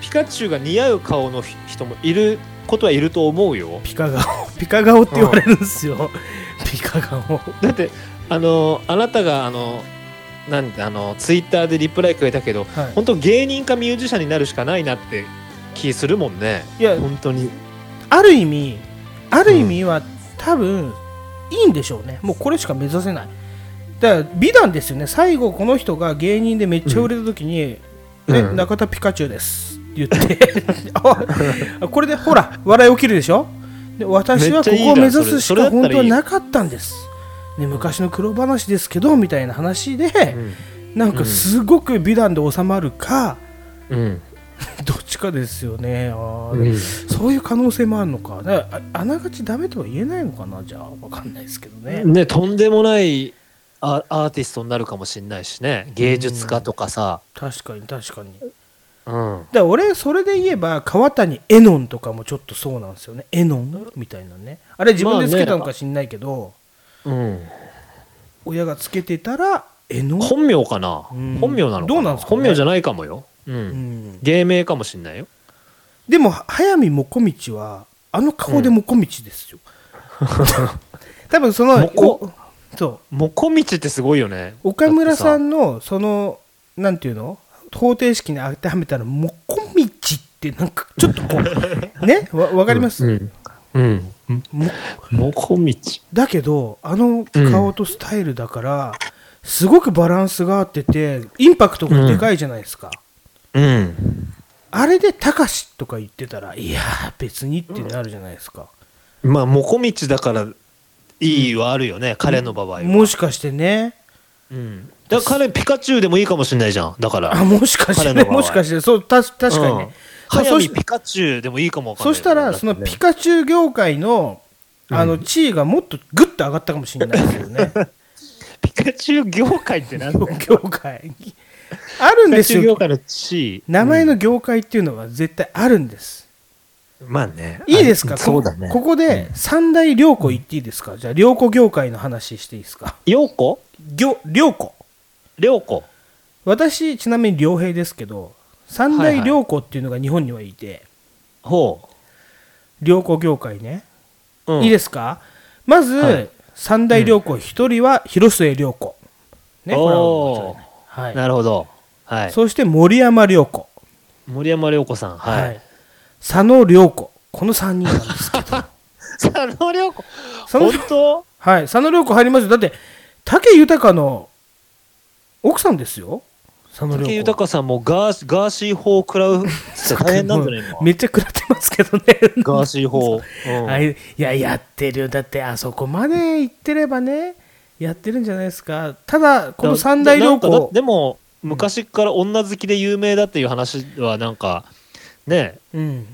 [SPEAKER 3] ピカチュウが似合う顔のひ人もいることはいると思うよ
[SPEAKER 1] ピカ顔ピカ顔って言われるんですよ、 [LAUGHS] ピカ顔
[SPEAKER 3] だってあのあなたがあのなんあのツイッターでリプライくれたけど
[SPEAKER 1] はい
[SPEAKER 3] 本当芸人かミュージシャンになるしかないなって気するもんね
[SPEAKER 1] いや
[SPEAKER 3] 本当に
[SPEAKER 1] ある意味ある意味は、多分いいんでしょうねもうこれしか目指せないだから美談ですよね最後この人が芸人でめっちゃ売れた時に「
[SPEAKER 3] うん
[SPEAKER 1] ね
[SPEAKER 3] うん
[SPEAKER 1] 中田ピカチュウです」って言ってあ [LAUGHS] これでほら笑い起きるでしょで私はここを目指すし
[SPEAKER 3] めっちゃいいじゃんそれ
[SPEAKER 1] か本当は
[SPEAKER 3] それだ
[SPEAKER 1] なかったんですね、昔の苦労話ですけどみたいな話で、なんかすごく美談で収まるか、
[SPEAKER 3] うん
[SPEAKER 1] どっちかですよねあー、
[SPEAKER 3] うん
[SPEAKER 1] そういう可能性もあるのかだからああながちダメとは言えないのかなじゃあわかんないですけどね、
[SPEAKER 3] ねとんでもないアアーティストになるかもしれないしね芸術家とかさ
[SPEAKER 1] 確かに確かにだか
[SPEAKER 3] うん
[SPEAKER 1] ら俺それで言えば川谷絵音とかもちょっとそうなんですよね絵音みたいなねあれ自分でつけたのか知んないけど、
[SPEAKER 3] うん
[SPEAKER 1] 親がつけてたら絵音
[SPEAKER 3] 本名かな
[SPEAKER 1] うん
[SPEAKER 3] 本名なのか
[SPEAKER 1] どうなんですかね
[SPEAKER 3] 本名じゃないかもよう
[SPEAKER 1] うんん
[SPEAKER 3] 芸名かもしれないよ
[SPEAKER 1] でも速水もこみちはあの顔でもこみちですよ、 [LAUGHS] 多分その
[SPEAKER 3] もこ
[SPEAKER 1] おそう
[SPEAKER 3] もこみちってすごいよね
[SPEAKER 1] 岡村さ
[SPEAKER 3] だって
[SPEAKER 1] んのそのなんていうの方程式に当てはめたら「もこみち」ってなんかちょっとこ
[SPEAKER 3] [LAUGHS]
[SPEAKER 1] うねわわかります、
[SPEAKER 3] うんうん
[SPEAKER 1] も
[SPEAKER 3] もこみち
[SPEAKER 1] だけどあの顔とスタイルだから、すごくバランスが合っててインパクトがでかいじゃないですか、
[SPEAKER 3] うん
[SPEAKER 1] あれで「たかし」とか言ってたら「いやー別に」ってなるじゃないですか、
[SPEAKER 3] まあもこみちだからいいはあるよね彼の場合は
[SPEAKER 1] もしかしてね
[SPEAKER 3] うんだから彼ピカチュウでもいいかもしれないじゃんだから
[SPEAKER 1] あもしかして
[SPEAKER 3] 彼の
[SPEAKER 1] ね
[SPEAKER 3] 場合
[SPEAKER 1] もしかしてそうた確かにね、そう
[SPEAKER 3] 早
[SPEAKER 1] そ
[SPEAKER 3] 見
[SPEAKER 1] し
[SPEAKER 3] ピカチュウでもいいかもわかんな
[SPEAKER 1] そ
[SPEAKER 3] い
[SPEAKER 1] したら、そのピカチュウ業界のあの地位がもっとぐっと上がったかもしれないですよね、
[SPEAKER 3] [LAUGHS] ピカチュウ業界ってなんだよ
[SPEAKER 1] 業界に。あるん
[SPEAKER 3] ピ
[SPEAKER 1] で
[SPEAKER 3] カ
[SPEAKER 1] す
[SPEAKER 3] チュウ業
[SPEAKER 1] よ、
[SPEAKER 3] 界の地位
[SPEAKER 1] 名前の業界っていうのは絶対あるんです。
[SPEAKER 3] まあね
[SPEAKER 1] いいですか、
[SPEAKER 3] あそうだね
[SPEAKER 1] こここで三大良子言っていいですか、じゃあ、良子業界の話していいですか。
[SPEAKER 3] 陽子
[SPEAKER 1] 良良子
[SPEAKER 3] 涼子
[SPEAKER 1] 私、ちなみに良平ですけど、三
[SPEAKER 3] はい
[SPEAKER 1] 大
[SPEAKER 3] はい
[SPEAKER 1] 良子っていうのが日本にはいて、
[SPEAKER 3] ほ
[SPEAKER 1] 良子業界ね、
[SPEAKER 3] う、うん
[SPEAKER 1] いいですか、まず、
[SPEAKER 3] はい
[SPEAKER 1] 三大良子、一人は広末涼子。ね、これは
[SPEAKER 3] お
[SPEAKER 1] 間
[SPEAKER 3] ー
[SPEAKER 1] 違いないはい
[SPEAKER 3] なるほどはい
[SPEAKER 1] そして森山良子、
[SPEAKER 3] 森山涼子さんはい、
[SPEAKER 1] 佐野涼子、この3人なんですけど、
[SPEAKER 3] [LAUGHS] 佐野涼子
[SPEAKER 1] 佐野涼
[SPEAKER 3] 本
[SPEAKER 1] 子
[SPEAKER 3] 当
[SPEAKER 1] はい、佐野涼子入りますよ、だって、武豊の奥さんですよ、佐野涼子。
[SPEAKER 3] 武豊さんもガーシガーシー法を食らうって大変なんじゃ
[SPEAKER 1] [LAUGHS]
[SPEAKER 3] ないの
[SPEAKER 1] めっちゃ食らってますけどね。
[SPEAKER 3] ガーシー
[SPEAKER 1] [LAUGHS]
[SPEAKER 3] 法、うん
[SPEAKER 1] はい、いや、やってるよ、だって、あそこまで行ってればね、やってるんじゃないですか、ただ、この三大
[SPEAKER 3] な
[SPEAKER 1] 涼
[SPEAKER 3] んかだ
[SPEAKER 1] 子、
[SPEAKER 3] でも昔から女好きで有名だっていう話はなんかね
[SPEAKER 1] うん、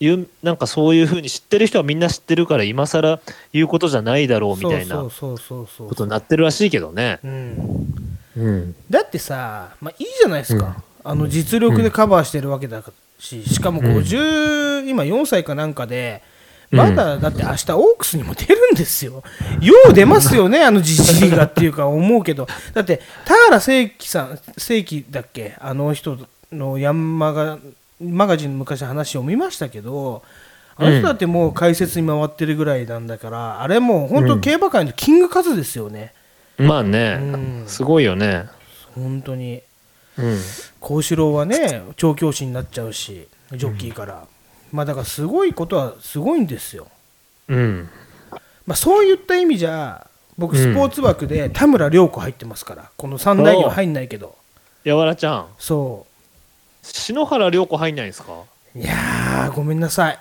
[SPEAKER 3] ゆなんかそういうふうに知ってる人はみんな知ってるから今更言うことじゃないだろうみたいな
[SPEAKER 1] そう
[SPEAKER 3] こ
[SPEAKER 1] そうそうそう
[SPEAKER 3] とになってるらしいけどね。
[SPEAKER 1] うん、
[SPEAKER 3] うん
[SPEAKER 1] だってさ、まあ、いいじゃないですか、あの実力でカバーしてるわけだし、しかも50、今4歳かなんかで、まだだって明日オークスにも出るんですよ、よう出ますよ [LAUGHS] ね、あのじじいがっていうか、思うけど、だって田原正規さん、正規だっけ、あの人のヤンマガマガジンの昔話を見ましたけど、あの人だってもう解説に回ってるぐらいなんだから、あれもう本当、競馬界のキングカズですよね、
[SPEAKER 3] まあね、
[SPEAKER 1] うん
[SPEAKER 3] すごいよね。
[SPEAKER 1] 本当に。
[SPEAKER 3] うん
[SPEAKER 1] 幸四郎はね調教師になっちゃうしジョッキーから、まあだからすごいことはすごいんですよ、
[SPEAKER 3] うん
[SPEAKER 1] まあ、そういった意味じゃ僕
[SPEAKER 3] うん
[SPEAKER 1] スポーツ枠で田村涼子入ってますからこの三大には入んないけど
[SPEAKER 3] やわらちゃん
[SPEAKER 1] そ
[SPEAKER 3] 篠原涼子入んないんですか、
[SPEAKER 1] ういやーごめんなさい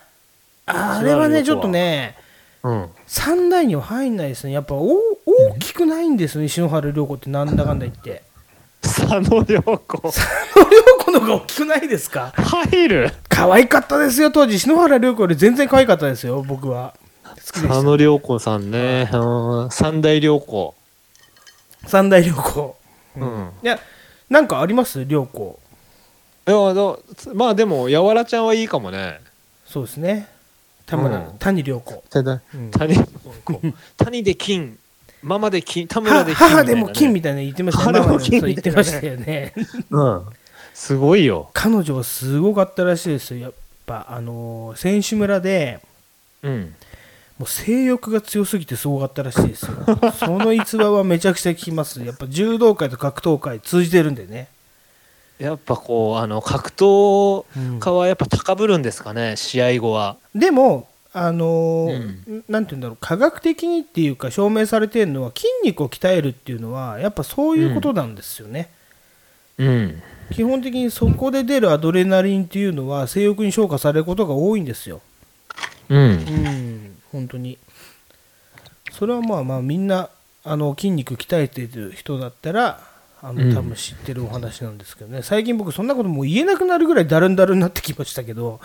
[SPEAKER 1] あれはねち
[SPEAKER 3] 篠原涼子は
[SPEAKER 1] ょっとね
[SPEAKER 3] うん、
[SPEAKER 1] 三大には入んないですねやっぱお大きくないんですね篠原涼子ってなんだかんだ言って
[SPEAKER 3] 三佐野
[SPEAKER 1] [LAUGHS]
[SPEAKER 3] 涼子
[SPEAKER 1] 佐野涼子の方が大きくないですか
[SPEAKER 3] 入る
[SPEAKER 1] 可愛かったですよ当時篠原涼子より全然可愛かったですよ僕は好きでした
[SPEAKER 3] 佐野涼子さんねうん三大涼子
[SPEAKER 1] 三大涼子
[SPEAKER 3] うん
[SPEAKER 1] いやなんかあります涼子
[SPEAKER 3] いやだまあでもやわらちゃんはいいかもね
[SPEAKER 1] そうですね田村、
[SPEAKER 3] うん
[SPEAKER 1] 谷涼子、うん
[SPEAKER 3] 谷 [LAUGHS] 谷で金ママで金田村
[SPEAKER 1] は
[SPEAKER 3] で金
[SPEAKER 1] 母で
[SPEAKER 3] みたいな
[SPEAKER 1] も
[SPEAKER 3] ね
[SPEAKER 1] 金みたいなの言ってましたね。
[SPEAKER 3] 母でも
[SPEAKER 1] ママでも
[SPEAKER 3] 金
[SPEAKER 1] そう言ってましたよね。
[SPEAKER 3] うんすごいよ
[SPEAKER 1] 彼女はすごかったらしいですよ。やっぱ、あのー選手村で、
[SPEAKER 3] うん
[SPEAKER 1] もう性欲が強すぎてすごかったらしいですよ。その逸話はめちゃくちゃ聞きます。やっぱ柔道界と格闘界通じてるんでね。
[SPEAKER 3] やっぱこうあの格闘家はやっぱ高ぶるんですかね、試合後は
[SPEAKER 1] でも、あのーなんて言うんだろう、科学的にっていうか証明されてるのは筋肉を鍛えるっていうのは、やっぱそういうことなんですよね。
[SPEAKER 3] うん
[SPEAKER 1] 基本的にそこで出るアドレナリンっていうのは性欲に消化されることが多いんですよ。
[SPEAKER 3] うん
[SPEAKER 1] うん、本当に。それはまあまあみんなあの筋肉鍛えてる人だったらあ
[SPEAKER 3] う
[SPEAKER 1] の
[SPEAKER 3] ん
[SPEAKER 1] 多分知ってるお話なんですけどね、最近僕そんなこともう言えなくなるぐらいだるんだるんになってきましたけど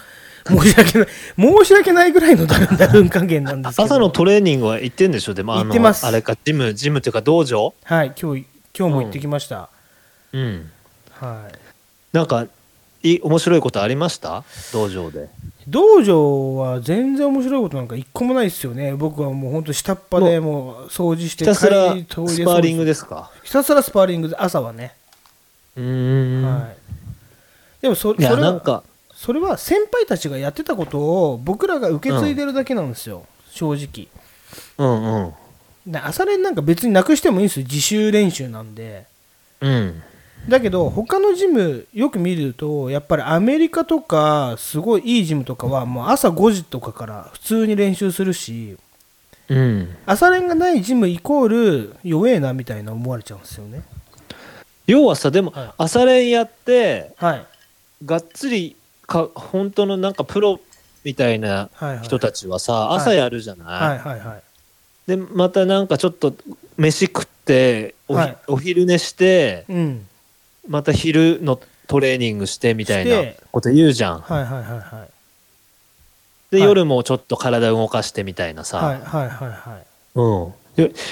[SPEAKER 1] 申し訳ない申し訳ないぐらいのだるんだるん加減なんですけど
[SPEAKER 3] 朝のトレーニングは行ってんでしょでもあ
[SPEAKER 1] 行
[SPEAKER 3] の
[SPEAKER 1] ってます
[SPEAKER 3] あれかジムジムというか道場
[SPEAKER 1] はい今日今日も行ってきました、
[SPEAKER 3] うん
[SPEAKER 1] はい
[SPEAKER 3] なんかい面白いことありました道場で
[SPEAKER 1] 道場は全然面白いことなんか一個もないですよね僕はもう本当下っ端でもう掃除して
[SPEAKER 3] ひたす
[SPEAKER 1] 帰
[SPEAKER 3] ら
[SPEAKER 1] り
[SPEAKER 3] スパ
[SPEAKER 1] トイレ掃除
[SPEAKER 3] ーリングですか
[SPEAKER 1] ひたすらスパーリングで朝はね
[SPEAKER 3] うーん、
[SPEAKER 1] はい、でもそ
[SPEAKER 3] い、や
[SPEAKER 1] それ
[SPEAKER 3] なん
[SPEAKER 1] は
[SPEAKER 3] か
[SPEAKER 1] それは先輩たちがやってたことを僕らが受け継いでるだけなんですよ、正直
[SPEAKER 3] うんうん
[SPEAKER 1] で朝練なんか別になくしてもいいんですよ自習練習なんで
[SPEAKER 3] うん
[SPEAKER 1] だけど他のジムよく見るとやっぱりアメリカとかすごいいいジムとかはもう朝5時とかから普通に練習するし
[SPEAKER 3] うん
[SPEAKER 1] 朝練がないジムイコール弱えなみたいな思われちゃうんですよね
[SPEAKER 3] 要はさでも、
[SPEAKER 1] はい
[SPEAKER 3] 朝練やって
[SPEAKER 1] はい
[SPEAKER 3] がっつりか本当のなんかプロみたいな
[SPEAKER 1] はいはい
[SPEAKER 3] 人たちはさ、
[SPEAKER 1] い
[SPEAKER 3] 朝やるじゃない、
[SPEAKER 1] はいはいはい
[SPEAKER 3] でまたなんかちょっと飯食ってお,、
[SPEAKER 1] はい
[SPEAKER 3] お昼寝して
[SPEAKER 1] うん
[SPEAKER 3] また昼のトレーニングしてみたい
[SPEAKER 1] し
[SPEAKER 3] な
[SPEAKER 1] て
[SPEAKER 3] こと言うじゃん
[SPEAKER 1] はいはいはいはい
[SPEAKER 3] で、
[SPEAKER 1] はい
[SPEAKER 3] 夜もちょっと体動かしてみたいなさ、
[SPEAKER 1] はいはいはいはい
[SPEAKER 3] うんよ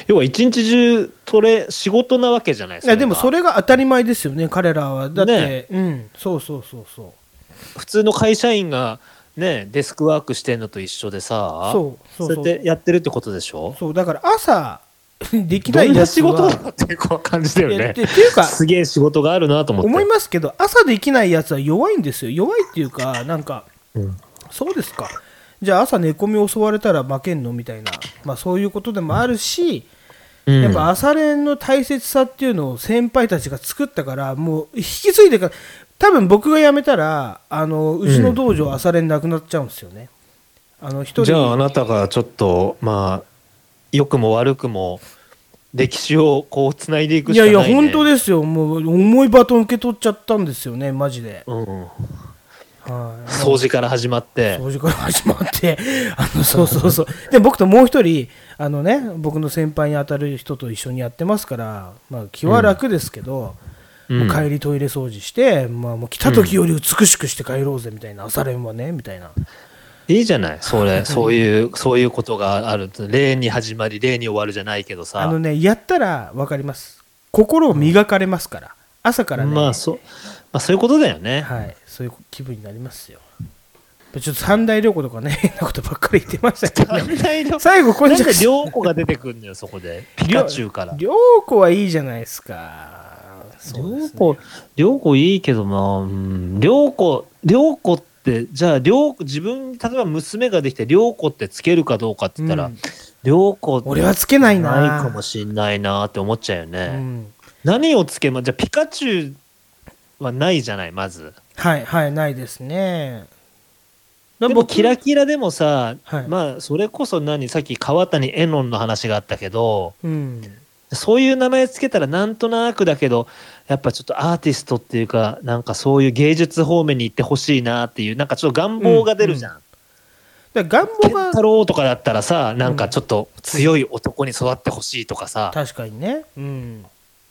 [SPEAKER 3] 要は一日中トレ仕事なわけじゃないです
[SPEAKER 1] い
[SPEAKER 3] か
[SPEAKER 1] やでもそれが当たり前ですよね彼らはだって、うんそうそうそうそう
[SPEAKER 3] 普通の会社員がねデスクワークしてんのと一緒でさ
[SPEAKER 1] そうそうそう
[SPEAKER 3] そうやってやってるってことでしょ
[SPEAKER 1] そうだから朝 [LAUGHS] できな
[SPEAKER 3] ど
[SPEAKER 1] い
[SPEAKER 3] んな
[SPEAKER 1] やつ
[SPEAKER 3] 仕
[SPEAKER 1] は
[SPEAKER 3] 事なのってこう感じだよ
[SPEAKER 1] いや
[SPEAKER 3] ね
[SPEAKER 1] ってっていうか
[SPEAKER 3] すげえ仕事があるなと思って
[SPEAKER 1] 思いますけど朝できないやつは弱いんですよ弱いっていうかなんか、
[SPEAKER 3] ん
[SPEAKER 1] そうですかじゃあ朝寝込み襲われたら負けんのみたいな、まあ、そういうことでもあるし、
[SPEAKER 3] うん
[SPEAKER 1] やっぱ朝練の大切さっていうのを先輩たちが作ったからもう引き継いでから多分僕が辞めたらあのうちの道場朝練なくなっちゃうんですよね。あの一人
[SPEAKER 3] じゃああなたがちょっとまあ良くも悪くも歴史をこうつないでいく
[SPEAKER 1] い
[SPEAKER 3] しか
[SPEAKER 1] や
[SPEAKER 3] ない、
[SPEAKER 1] い
[SPEAKER 3] ね、
[SPEAKER 1] や、本当
[SPEAKER 3] で、
[SPEAKER 1] ですよ、もう重いバトン受け取っちゃったんですよね、マジで。
[SPEAKER 3] うん、
[SPEAKER 1] はい
[SPEAKER 3] 掃除から始まって
[SPEAKER 1] 掃除から始まって、 [LAUGHS] あのそうそうそう、で僕ともう一人、あのね、僕の先輩に当たる人と一緒にやってますから、まあ、気は楽ですけど、
[SPEAKER 3] うん
[SPEAKER 1] もう帰りトイレ掃除して、まあ、もう来た時より美しくして帰ろうぜみたいな、朝練はね、みたいな。
[SPEAKER 3] いいじゃないそれそういうそういうことがある例に始まり例に終わるじゃないけど
[SPEAKER 1] あ
[SPEAKER 3] さ
[SPEAKER 1] のね、やったら分かります、心を磨かれますから、朝からね、
[SPEAKER 3] まあそまあそういうことだよね、 [LAUGHS]
[SPEAKER 1] はい、そういう気分になりますよ。ちょっと三大旅行とかね、 [LAUGHS] 変なことばっかり言ってましたけど、ね、最後、こ
[SPEAKER 3] な
[SPEAKER 1] に
[SPEAKER 3] ん
[SPEAKER 1] ち
[SPEAKER 3] か
[SPEAKER 1] は [LAUGHS]
[SPEAKER 3] 両子が出てくるんだよそこでピカチュウから
[SPEAKER 1] 両子はいいじゃないですか。そうで
[SPEAKER 3] 両
[SPEAKER 1] すね
[SPEAKER 3] 子両子いいけどなうん両子両子ってじゃあ両子自分に例えば娘ができて両子ってつけるかどうかって言ったら、
[SPEAKER 1] うん
[SPEAKER 3] 両子
[SPEAKER 1] 俺はつけないな。
[SPEAKER 3] ないかもしんないなって思っちゃうよね、
[SPEAKER 1] うん
[SPEAKER 3] 何をつけまじゃあピカチュウはないじゃないまず
[SPEAKER 1] はい、はい、ないですね。
[SPEAKER 3] でもキラキラでもさ、
[SPEAKER 1] はい
[SPEAKER 3] まあそれこそ何さっき川谷絵音の話があったけど
[SPEAKER 1] うん。
[SPEAKER 3] そういう名前つけたらなんとなくだけどやっぱちょっとアーティストっていうかなんかそういう芸術方面に行ってほしいなっていうなんかちょっと願望が出るじゃん。
[SPEAKER 1] だから願
[SPEAKER 3] 健
[SPEAKER 1] 望
[SPEAKER 3] 太
[SPEAKER 1] が、
[SPEAKER 3] 郎とかだったらさなんかちょっと強い男に育ってほしいとかさ、
[SPEAKER 1] 確かにね。うん。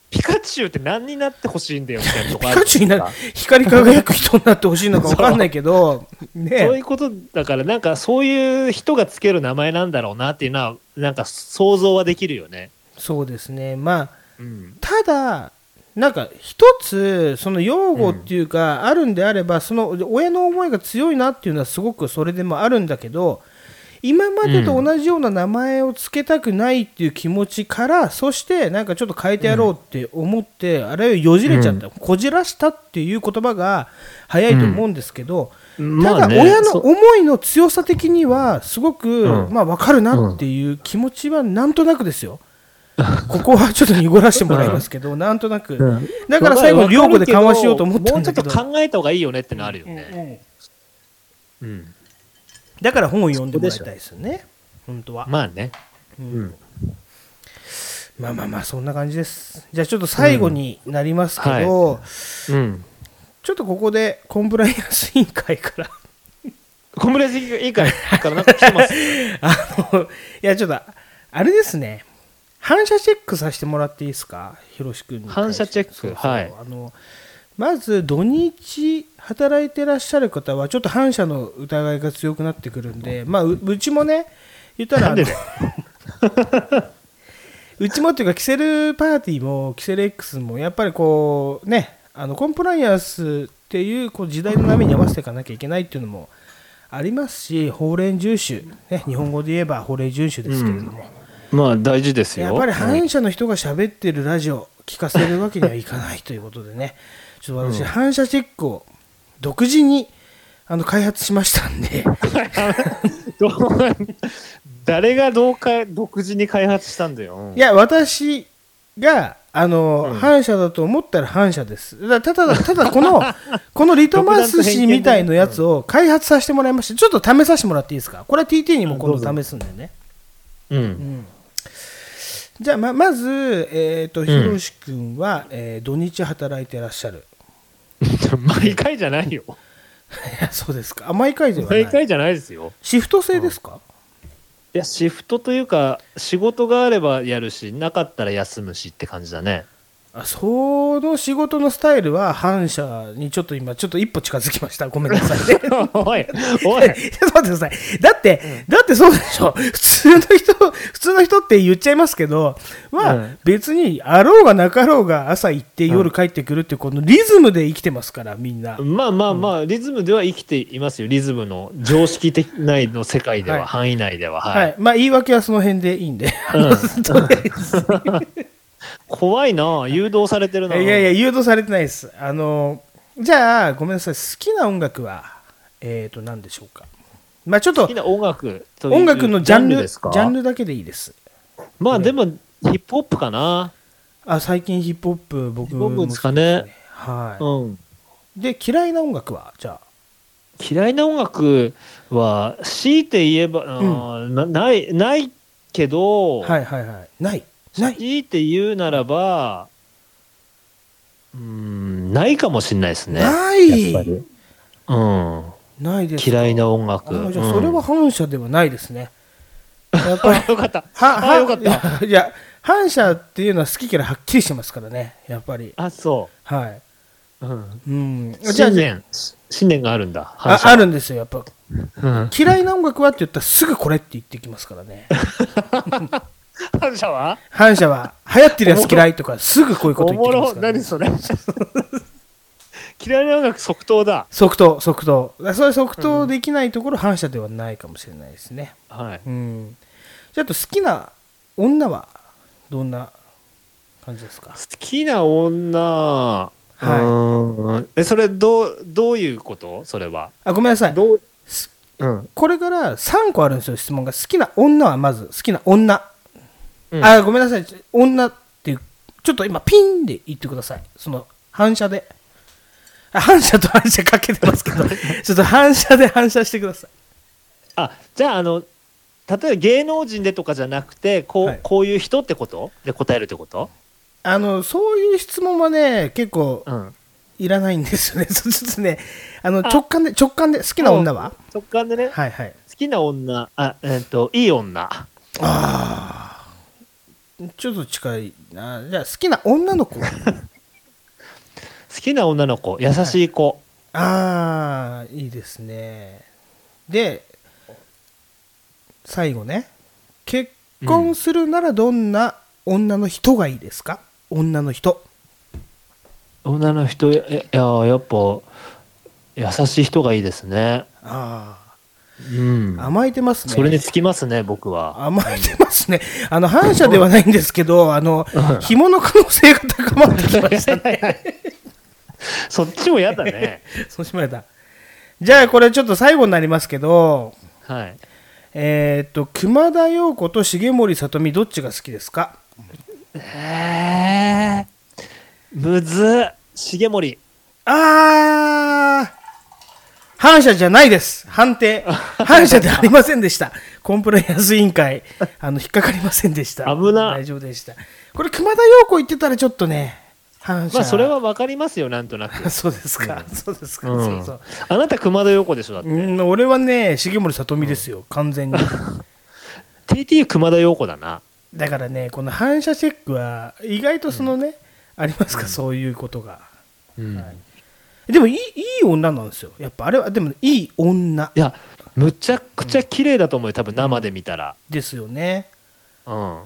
[SPEAKER 3] ピカチュウって何になってほしいんだよみたいなとこ
[SPEAKER 1] ピ
[SPEAKER 3] ある
[SPEAKER 1] カチュウになる光り輝く人になってほしいのか分かんないけど、
[SPEAKER 3] [LAUGHS] そうい
[SPEAKER 1] ね
[SPEAKER 3] うことだからなんかそういう人がつける名前なんだろうなっていうのはなんか想像はできるよね。
[SPEAKER 1] そうですね、まあ、
[SPEAKER 3] うん、
[SPEAKER 1] ただ、なんか一つ、その擁護っていうか、あるんであれば、その親の思いが強いなっていうのは、すごくそれでもあるんだけど、今までと同じような名前を付けたくないっていう気持ちから、そしてなんかちょっと変えてやろうって思って、あれをよじれちゃった、こじらしたっていう言葉が早いと思うんですけど、ただ、親の
[SPEAKER 3] そ
[SPEAKER 1] 思いの強さ的には、すごく、
[SPEAKER 3] うん
[SPEAKER 1] まあ、分かるなっていう気持ちはなんとなくですよ、ここはちょっと濁らせてもらいますけど、なんとなく、
[SPEAKER 3] ん
[SPEAKER 1] だから最後、両語で緩和しようと思ったんだけ
[SPEAKER 3] も
[SPEAKER 1] ど
[SPEAKER 3] うちょ、っと考えた方がいいよねってのあるよね。うん
[SPEAKER 1] だから本を読んでもらいたいですよね、本当は。
[SPEAKER 3] まあね。
[SPEAKER 1] うんまあまあまあ、そんな感じです。じゃあ、ちょっと最後になりますけど、
[SPEAKER 3] うん。
[SPEAKER 1] ちょっとここでコンプライアンス委員会から。
[SPEAKER 3] 小村委員会からなんか来てます。
[SPEAKER 1] あの、いや、ちょっと、あれですね。反射チェックさせてもらっていいですか、ひろし君に対して。
[SPEAKER 3] 反射チェック
[SPEAKER 1] そうそう
[SPEAKER 3] はい
[SPEAKER 1] あの、まず、土日働いてらっしゃる方は、ちょっと反射の疑いが強くなってくるんで、まあ、ううちもね、言ったら、
[SPEAKER 3] なんで
[SPEAKER 1] あの [LAUGHS] うちもっていうか、キセルパーティーも、キセル X も、やっぱりこう、ね、あのコンプライアンスっていうこう時代の波に合わせていかなきゃいけないっていうのもありますし、法令遵守、ね、日本語で言えば法令遵守ですけれども、
[SPEAKER 3] [LAUGHS] まあ大事ですよ。
[SPEAKER 1] やっぱり反射の人が喋ってるラジオ、聞かせるわけにはいかないということで
[SPEAKER 3] [LAUGHS]
[SPEAKER 1] ね、ちょっと私、反射チェックを独自にあの開発しましたんで、
[SPEAKER 3] どう誰がどうか独自に開発したんだよ
[SPEAKER 1] い。や、私が、あの、反射だと思ったら反射です。だただ、ただ、こ
[SPEAKER 3] [LAUGHS]
[SPEAKER 1] の、このリトマス紙みたいなやつを開発させてもらいまして、ちょっと試させてもらっていいですかこれは TT にも今
[SPEAKER 3] ど
[SPEAKER 1] 度試すんでね。
[SPEAKER 3] うん。
[SPEAKER 1] じゃあ、ま、まず、えっ、と、ひろしくんは、えー土日働いてらっしゃる。
[SPEAKER 3] 毎回じゃないよ。
[SPEAKER 1] いや [LAUGHS] そうですか。あ、毎回ではな
[SPEAKER 3] 毎
[SPEAKER 1] い。
[SPEAKER 3] 回じゃないですよ。
[SPEAKER 1] シフト制ですか、
[SPEAKER 3] いや、シフトというか、仕事があればやるし、なかったら休むしって感じだ [LAUGHS] ね。
[SPEAKER 1] あその仕事のスタイルは反射にちょっと今、ちょっと一歩近づきました。ごめんなさい [LAUGHS] ね。
[SPEAKER 3] おい、
[SPEAKER 1] [LAUGHS]
[SPEAKER 3] おい、
[SPEAKER 1] ちょっと待ってください。だって、だってそうでしょ。普通の人、普通の人って言っちゃいますけど、は、
[SPEAKER 3] うん
[SPEAKER 1] 別にあろうがなかろうが朝行って夜帰ってくるっていうこのリズムで生きてますから、みんな。
[SPEAKER 3] まあまあまあ、リズムでは生きていますよ。リズムの常識的内の世界では、
[SPEAKER 1] はい
[SPEAKER 3] 範囲内では、は。
[SPEAKER 1] はいい。まあ言い訳はその辺でいいんで。 [LAUGHS]
[SPEAKER 3] 怖いな、誘導されてるな。
[SPEAKER 1] いやいや、誘導されてないです。あの、じゃあ、ごめんなさい。好きな音楽は、えっ、ー、と、何でしょうか。まあちょっ
[SPEAKER 3] 好
[SPEAKER 1] と
[SPEAKER 3] き、な音楽という
[SPEAKER 1] 音楽のジャンル、
[SPEAKER 3] ですか
[SPEAKER 1] ジャンルだけでいいです。
[SPEAKER 3] まあでも、ヒップホップかな。
[SPEAKER 1] あ、最近ヒップホップ、僕
[SPEAKER 3] ヒップホップ
[SPEAKER 1] も
[SPEAKER 3] ですかね。
[SPEAKER 1] は
[SPEAKER 3] うん。
[SPEAKER 1] い。で、嫌いな音楽は、じゃあ。
[SPEAKER 3] 嫌いな音楽は、強いて言えば、あーなない、ないけど、
[SPEAKER 1] はいはいはい。ない。ない。
[SPEAKER 3] 強いて言うならば、うーん、ないかもしれないですね。
[SPEAKER 1] ない
[SPEAKER 3] やっぱりうん。
[SPEAKER 1] ないですか。
[SPEAKER 3] 嫌いな音楽。
[SPEAKER 1] あじゃあそれ
[SPEAKER 3] うん
[SPEAKER 1] は反射ではないです
[SPEAKER 3] [LAUGHS]
[SPEAKER 1] ね。やっぱり
[SPEAKER 3] よかった。
[SPEAKER 1] は
[SPEAKER 3] あよかった。
[SPEAKER 1] た。いや反射っていうのは好き嫌いはっきりしてますからね。やっぱり
[SPEAKER 3] あ、そ
[SPEAKER 1] は
[SPEAKER 3] う。うん。
[SPEAKER 1] い。うん。じゃあ
[SPEAKER 3] 信念。信念があるんだ。
[SPEAKER 1] あ
[SPEAKER 3] 反
[SPEAKER 1] あ
[SPEAKER 3] 射
[SPEAKER 1] るんですよ。やっぱ
[SPEAKER 3] うん
[SPEAKER 1] 嫌いな音楽はって言ったらすぐこれって言ってきますからね。 [LAUGHS]
[SPEAKER 3] 反射は
[SPEAKER 1] 反射は流行ってるやつ嫌いとかすぐこういうこと
[SPEAKER 3] お
[SPEAKER 1] 言って
[SPEAKER 3] も
[SPEAKER 1] きま
[SPEAKER 3] ろ
[SPEAKER 1] す。から、
[SPEAKER 3] 何
[SPEAKER 1] ね。
[SPEAKER 3] それ。嫌いな音楽即答だ。
[SPEAKER 1] 即答即答。だからそれ即答できないところ反射ではないかもしれないですね。
[SPEAKER 3] はい。
[SPEAKER 1] うん。じゃああと好きな女はどんな感じですか
[SPEAKER 3] 好きな女。
[SPEAKER 1] いう
[SPEAKER 3] ーんえ、それ、どう、どういうことそれは。
[SPEAKER 1] あごめんなさい
[SPEAKER 3] どう、
[SPEAKER 1] す
[SPEAKER 3] うん。
[SPEAKER 1] これから3個あるんですよ質問が好きな女はまず好きな女、
[SPEAKER 3] うん
[SPEAKER 1] あごめんなさいちょ女っていうちょっと今ピンで言ってくださいその反射であ反射と反射かけてますけ
[SPEAKER 3] [LAUGHS]
[SPEAKER 1] どちょっと反射で反射してください
[SPEAKER 3] あ、じゃあ、あの、例えば芸能人でとかじゃなくて、こう、
[SPEAKER 1] はい
[SPEAKER 3] こういう人ってことで答えるってこと
[SPEAKER 1] あのそういう質問はね結構
[SPEAKER 3] うん。
[SPEAKER 1] いらないんですよね [LAUGHS] そうちょっとねあの直感で直感で好きな女は
[SPEAKER 3] 直感でね。
[SPEAKER 1] はいはい
[SPEAKER 3] 好きな女、あ、えっ、と、いい女。
[SPEAKER 1] ああちょっと近いなじゃあ好きな女の子
[SPEAKER 3] 好きな女の子優しい子、
[SPEAKER 1] ああいいですねで最後ね結婚するならどんな女の人がいいですか、女の人
[SPEAKER 3] 女の人えいややっぱ優しい人がいいですね
[SPEAKER 1] あ
[SPEAKER 3] うん
[SPEAKER 1] あ甘えてますね
[SPEAKER 3] それにつきますね僕は [LAUGHS]
[SPEAKER 1] 甘えてますね。あの、反射ではないんですけど、あ
[SPEAKER 3] [LAUGHS]
[SPEAKER 1] の、紐の可能性が高まってき [LAUGHS] ましたね。
[SPEAKER 3] そっちも嫌だね
[SPEAKER 1] そうしました。じゃあ、これちょっと最後になりますけど、
[SPEAKER 3] はい
[SPEAKER 1] えーっと、熊田曜子と重森さとみ、どっちが好きですか
[SPEAKER 3] えー、むずっ重森
[SPEAKER 1] あー、反射じゃないです。判
[SPEAKER 3] [LAUGHS]
[SPEAKER 1] 定。反射ではありませんでした。コンプライアンス委員会、あの、引っかかりませんでした。
[SPEAKER 3] 危な
[SPEAKER 1] 大丈夫でした。これ、熊田曜子言ってたらちょっとね、反射。
[SPEAKER 3] まあそれは分かりますよなんとな [LAUGHS]
[SPEAKER 1] [LAUGHS]
[SPEAKER 3] く
[SPEAKER 1] そうですか、そうですか、
[SPEAKER 3] うん
[SPEAKER 1] そうそう。
[SPEAKER 3] あなた熊田曜子でしょだって
[SPEAKER 1] うん、俺はね、重森さとみですよ、完全に。
[SPEAKER 3] TT 熊田曜子だな
[SPEAKER 1] だからね、この反射チェックは、意外とそのね、ありますか、そういうことが。
[SPEAKER 3] うん
[SPEAKER 1] でもいい、いい女なんですよ。やっぱ、あれは、でも、いい女
[SPEAKER 3] いやむちゃくちゃ綺麗だと思うよ多分生で見たら、
[SPEAKER 1] ですよね。
[SPEAKER 3] うん、好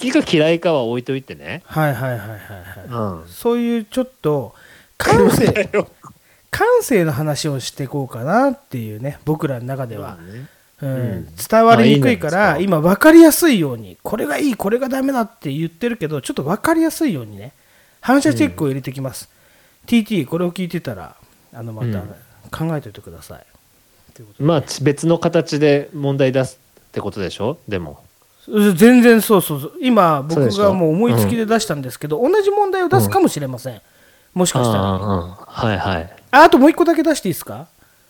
[SPEAKER 3] きか嫌いかは置いといてね、
[SPEAKER 1] はいはいはいはい、
[SPEAKER 3] うん、
[SPEAKER 1] はい。
[SPEAKER 3] は
[SPEAKER 1] そういう、ちょっと、感性、感性の話をしていこうかなっていうね、僕らの中では。うん、伝わりにくいか
[SPEAKER 3] ま
[SPEAKER 1] ら、
[SPEAKER 3] あいい
[SPEAKER 1] 今分かりやすいように、これがいい、これがダメだって言ってるけど、ちょっと分かりやすいようにね、反射チェックを入れてきます。TT、これを聞いてたら、あのまた考えておいてください。
[SPEAKER 3] まあち別の形で問題出すってことでしょでも
[SPEAKER 1] うん全然そうそうそう、今、僕
[SPEAKER 3] そうでし
[SPEAKER 1] が
[SPEAKER 3] ょ
[SPEAKER 1] もう思いつきで出したんですけど、同じ問題を出すかもしれません、もし
[SPEAKER 3] うん
[SPEAKER 1] かしたら。
[SPEAKER 3] うんはいはい
[SPEAKER 1] ああともう一個だけ出していいですか、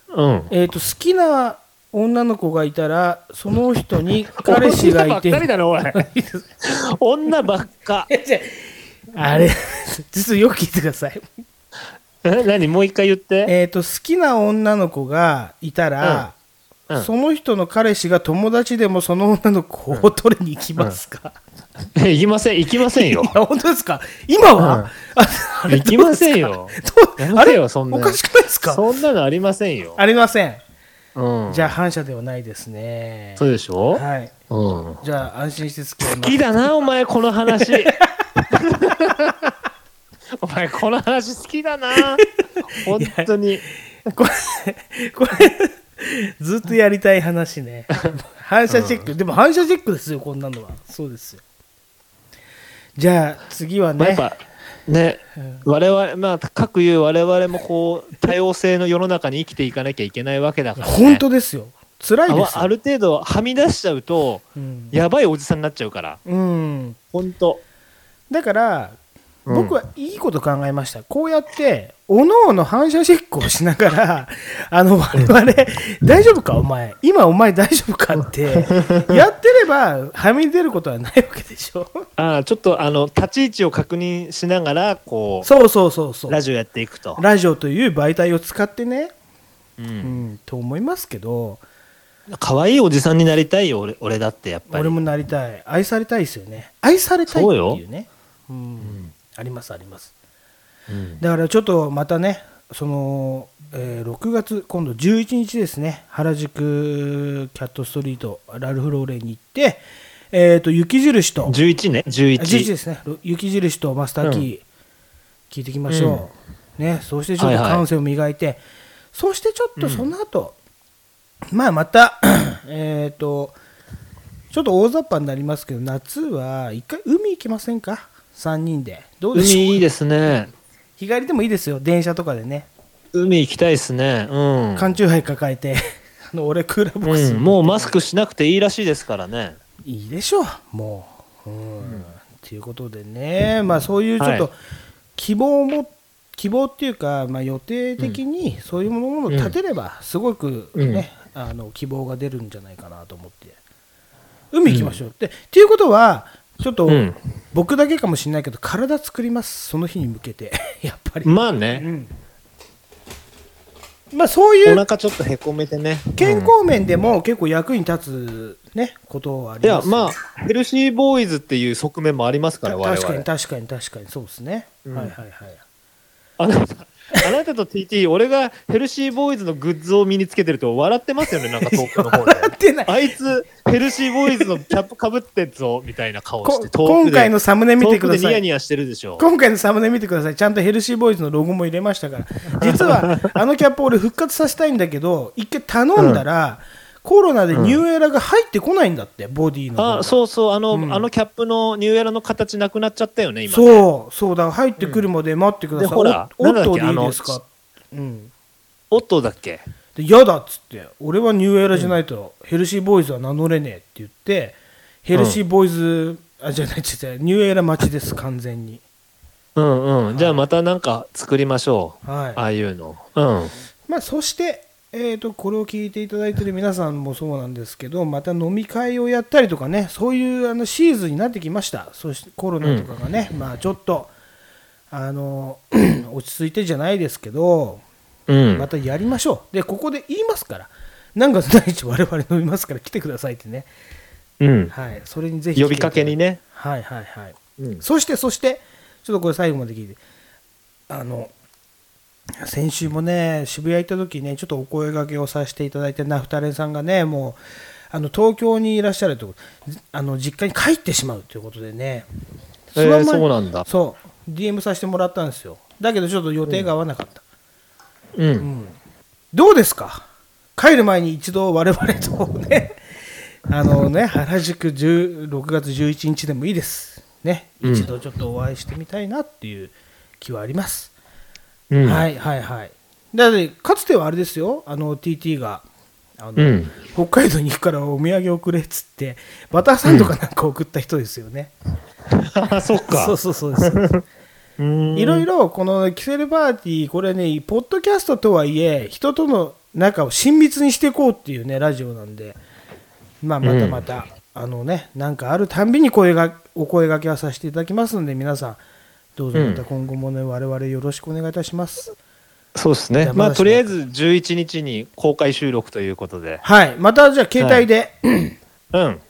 [SPEAKER 3] うん
[SPEAKER 1] えー、と好きな女の子がいたら、その人
[SPEAKER 3] [LAUGHS]
[SPEAKER 1] に彼氏がいて。
[SPEAKER 3] 女ばっかりだな [LAUGHS] おい女ばっか
[SPEAKER 1] 違うあれ、 [LAUGHS] 実はよく聞いてください。
[SPEAKER 3] え何もう一回言って
[SPEAKER 1] えっ、と、好きな女の子がいたら、
[SPEAKER 3] うんうん
[SPEAKER 1] その人の彼氏が友達でもその女の子を取りに行きますか、
[SPEAKER 3] 行きません行きませんよ
[SPEAKER 1] いや、本当ですか今は、
[SPEAKER 3] うん
[SPEAKER 1] ああれ
[SPEAKER 3] 行きませんよ
[SPEAKER 1] どう
[SPEAKER 3] や
[SPEAKER 1] あ
[SPEAKER 3] めて
[SPEAKER 1] れ
[SPEAKER 3] よそんな
[SPEAKER 1] おかしくないですか
[SPEAKER 3] そんなのありませんよ、
[SPEAKER 1] ありません。
[SPEAKER 3] うん、
[SPEAKER 1] じゃあ、反射ではないですね。
[SPEAKER 3] そうでしょ、
[SPEAKER 1] はい。
[SPEAKER 3] うん
[SPEAKER 1] じゃあ、安心して付き合い
[SPEAKER 3] 好
[SPEAKER 1] ます
[SPEAKER 3] き。だなお前この話
[SPEAKER 1] [LAUGHS]
[SPEAKER 3] お前この話好きだ
[SPEAKER 1] [LAUGHS]
[SPEAKER 3] な本当に
[SPEAKER 1] これ、これ、ずっとやりたい話ね。反射チェック、でも反射チェックですよ、こんなのは。そうですよ。じゃあ、次は
[SPEAKER 3] まあ
[SPEAKER 1] ね
[SPEAKER 3] やっ、ぱね我々まあ各言う我々もこう多様性の世の中に生きていかなきゃいけないわけだから、ね、
[SPEAKER 1] 本当ですよ。辛いで
[SPEAKER 3] あ
[SPEAKER 1] すよ。
[SPEAKER 3] ある程度はみ出しちゃうと
[SPEAKER 1] うん
[SPEAKER 3] やばいおじさんになっちゃうから
[SPEAKER 1] うん、
[SPEAKER 3] 本当
[SPEAKER 1] だから、
[SPEAKER 3] うん
[SPEAKER 1] 僕はいいこと考えました。こうやって、おのおの反射チェックをしながら、 [LAUGHS] あの、我々、大丈夫かお前。今お前大丈夫か
[SPEAKER 3] [LAUGHS]
[SPEAKER 1] って、やってれば、はみ出ることはないわけでし
[SPEAKER 3] [LAUGHS]
[SPEAKER 1] ょ。
[SPEAKER 3] ああちょっとあの立ち位置を確認しながらこ
[SPEAKER 1] そうそうそうそうう。
[SPEAKER 3] ラジオやっていくと、
[SPEAKER 1] ラジオという媒体を使ってね、
[SPEAKER 3] う、
[SPEAKER 1] うんん、と思いますけど、
[SPEAKER 3] 可愛いおじさんになりたいよ俺俺だってやっぱり
[SPEAKER 1] 俺もなりたい、愛されたいですよね、愛されたいっていうね、うんあります、あります。
[SPEAKER 3] うん
[SPEAKER 1] だからちょっとまたね、その、えー6月、今度11日ですね、原宿キャットストリート、ラルフローレンに行って、えー、と雪印と、
[SPEAKER 3] 11ね11
[SPEAKER 1] 11ですね、雪印とマスターキー、聞いていきましょう、ね、そしてちょっと
[SPEAKER 3] はいはい
[SPEAKER 1] 感性を磨いて、そしてちょっとその後、まあまた、 [COUGHS] えっと、ちょっと大雑把になりますけど、夏は一回海行きませんか、3人で、どうでしょう、
[SPEAKER 3] 海いいですね
[SPEAKER 1] 日帰りでもいいですよ、電車とかでね、
[SPEAKER 3] 海行きたいですねうん、
[SPEAKER 1] 缶チューハイ抱えて、 [LAUGHS] あの俺、クーラーボックス、
[SPEAKER 3] うん、もうマスクしなくていいらしいですからね
[SPEAKER 1] いいでしょう、もう。うんということでね、まあ、そういうちょっと
[SPEAKER 3] はい
[SPEAKER 1] 希望も、希望っていうか、まあ、予定的にそういうものを立てれば、すごく、ねあの希望が出るんじゃないかなと思って、海行きましょうって。っていうことは、ちょっと、
[SPEAKER 3] うん
[SPEAKER 1] 僕だけかもしれないけど、 [LAUGHS] 体作ります、その日に向けて、やっぱり。
[SPEAKER 3] まあね、
[SPEAKER 1] んまあ、そうい
[SPEAKER 3] お
[SPEAKER 1] う
[SPEAKER 3] 腹ちょっとへこめてね。
[SPEAKER 1] 健康面でも結構役に立つ、ね、ことはあ
[SPEAKER 3] い
[SPEAKER 1] り
[SPEAKER 3] や
[SPEAKER 1] ま、す
[SPEAKER 3] まあ、ヘルシーボーイズっていう側面もありますから、我
[SPEAKER 1] 確かに
[SPEAKER 3] 々。
[SPEAKER 1] 確かに確かにそうですね、
[SPEAKER 3] うん
[SPEAKER 1] はいはいはい
[SPEAKER 3] あなた、あなたと TT、俺がヘルシーボーイズのグッズを身につけてると笑ってますよね、なんか遠くの方で。
[SPEAKER 1] 笑ってない
[SPEAKER 3] あいつ、ヘルシーボーイズのキャップかぶってんぞ、みたいな顔し
[SPEAKER 1] こ
[SPEAKER 3] て、遠
[SPEAKER 1] 今
[SPEAKER 3] くで。
[SPEAKER 1] 回のサムネ見てくだ
[SPEAKER 3] 遠で
[SPEAKER 1] さ
[SPEAKER 3] ニヤ
[SPEAKER 1] い
[SPEAKER 3] ニヤしてるでしょ。
[SPEAKER 1] 今回のサムネ見てくださいちゃんとヘルシーボーイズのロゴも入れましたから実はあのキャップ俺復活させたいんだけど一回頼んだら、コロナでニューエラが入ってこないんだってボディの方が
[SPEAKER 3] あ、そうそう、あの、
[SPEAKER 1] ん
[SPEAKER 3] あのキャップのニューエラの形なくなっちゃったよね、今。
[SPEAKER 1] そうそうだから入ってくるまで待ってください、
[SPEAKER 3] でほら
[SPEAKER 1] おおっ
[SPEAKER 3] なんだっ
[SPEAKER 1] と
[SPEAKER 3] け
[SPEAKER 1] でいいです
[SPEAKER 3] あ
[SPEAKER 1] かうん
[SPEAKER 3] オットーだっけ
[SPEAKER 1] で嫌だっつって俺はニューエラじゃないとヘルシーボーイズは名乗れねえって言ってヘルシーボーイズ、あじゃない違う違うニューエラ待ちです完全に
[SPEAKER 3] うんうん。じゃあまたなんか作りましょう。
[SPEAKER 1] はい
[SPEAKER 3] ああいうの。うん。
[SPEAKER 1] まあ、そして、えー、とこれを聞いていただいている皆さんもそうなんですけどまた飲み会をやったりとかねそういうあのシーズンになってきましたそしてコロナとかがね、まあ、ちょっとあの [CLEARS THROAT] 落ち着いてじゃないですけど
[SPEAKER 3] うん。
[SPEAKER 1] またやりましょうでここで言いますから何月何日我々飲みますから来てくださいってね、
[SPEAKER 3] うん。
[SPEAKER 1] はい、それにぜひ
[SPEAKER 3] 呼びかけにね。
[SPEAKER 1] はいはいはい、
[SPEAKER 3] うん
[SPEAKER 1] そしてそしてちょっとこれ最後まで聞いてあの先週もね渋谷行った時ねちょっとお声掛けをさせていただいてナフタレンさんがねもうあの東京にいらっしゃるとあの実家に帰ってしまうということでね
[SPEAKER 3] えー
[SPEAKER 1] の前に
[SPEAKER 3] そうなんだ
[SPEAKER 1] そう DM させてもらったんですよだけどちょっと予定が合わなかった、
[SPEAKER 3] うん。
[SPEAKER 1] どうですか帰る前に一度我々とね、 [LAUGHS] あのね、原宿10 6月11日でもいいです。ね、
[SPEAKER 3] うん
[SPEAKER 1] 一度ちょっとお会いしてみたいなっていう気はあります。
[SPEAKER 3] うん。。
[SPEAKER 1] はいいはいはい。だって、かつてはあれですよ、あの TT が。あの
[SPEAKER 3] うん
[SPEAKER 1] 北海道に行くからお土産をくれっつってバターサンドかなんか送った人ですよね、
[SPEAKER 3] あ、そっか。
[SPEAKER 1] そうそうそうですいろいろこのキセルパーティー、これね、ポッドキャストとはいえ、人との仲を親密にしていこうっていうね、ラジオなんで、まあ、またまた、あのね、なんかあるたんびに声がお声掛けはさせていただきますので、皆さん、どうぞまた今後もね、我々よろしくお願いいたします。
[SPEAKER 3] そうです
[SPEAKER 1] じゃ
[SPEAKER 3] ね。
[SPEAKER 1] あ
[SPEAKER 3] ま
[SPEAKER 1] ま
[SPEAKER 3] あ、
[SPEAKER 1] だ
[SPEAKER 3] とりあえず11日に公開収録ということで。
[SPEAKER 1] はい、またじゃあ、携帯で、
[SPEAKER 3] うん。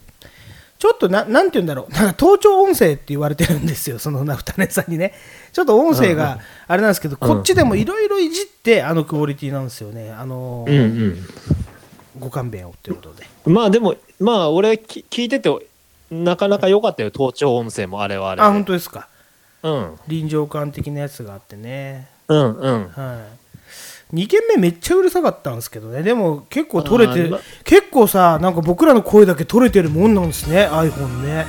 [SPEAKER 1] ちょっとな、なんて言うんだろう、なんか盗聴音声って言われてるんですよ、そのナフタネさんにね。ちょっと音声があれなんですけど、こっちでもいろいろいじって、あのクオリティなんですよね。あのー
[SPEAKER 3] うんうん。
[SPEAKER 1] ご勘弁をということで。
[SPEAKER 3] まあでも、まあ俺き聞いてて、なかなか良かったよ。盗聴音声もあれはあれで。
[SPEAKER 1] あ、本当ですか。
[SPEAKER 3] うん。
[SPEAKER 1] 臨場感的なやつがあってね。
[SPEAKER 3] うんうん。
[SPEAKER 1] はい。2軒目めっちゃうるさかったんですけどね。でも結構取れて
[SPEAKER 3] あーま
[SPEAKER 1] る。結構さ、なんか僕らの声だけ取れてるもんなんですね、iPhone ね。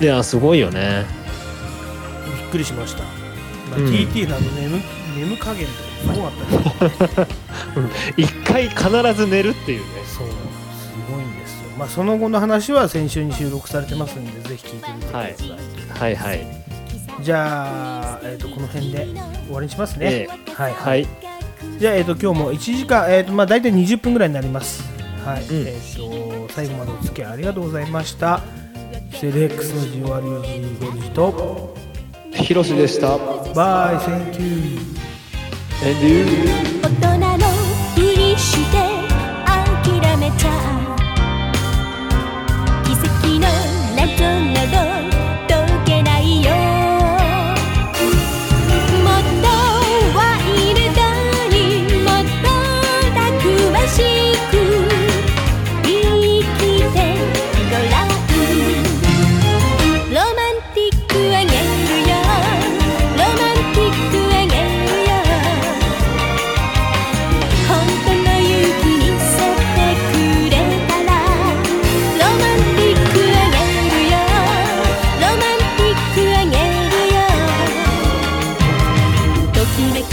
[SPEAKER 3] いや、すごいよね。
[SPEAKER 1] びっくりしました。まあ
[SPEAKER 3] うん
[SPEAKER 1] TT のあの眠眠加減とかすごかったですね。
[SPEAKER 3] 一回必ず寝るっていうね。
[SPEAKER 1] そう。すごいんですよ。まあその後の話は先週に収録されてますんで、ぜひ聞いてみてください。
[SPEAKER 3] はいはい。
[SPEAKER 1] じゃあ、えっ、と、この辺で終わりにしますね。
[SPEAKER 3] え
[SPEAKER 1] はいはい。
[SPEAKER 3] はい。
[SPEAKER 1] じゃあ、えー、と今日も1時間、えーとまあ、大体20分ぐらいになります、はい
[SPEAKER 3] ん
[SPEAKER 1] えー、と最後までお付き合いありがとうございましたセレックスのジオアリュージゴルジと
[SPEAKER 3] ひろしでした。
[SPEAKER 1] バイセンキュー
[SPEAKER 3] And you?
[SPEAKER 2] 大人のふりして諦めちゃう奇跡のラジオなど解けないよもっとワイルドにもっとたくましく生きてごらんロマンティックあげるよロマンティックあげるよ本当の勇気見せてくれたらロマンティックあげるよロマンティックあげるよときめく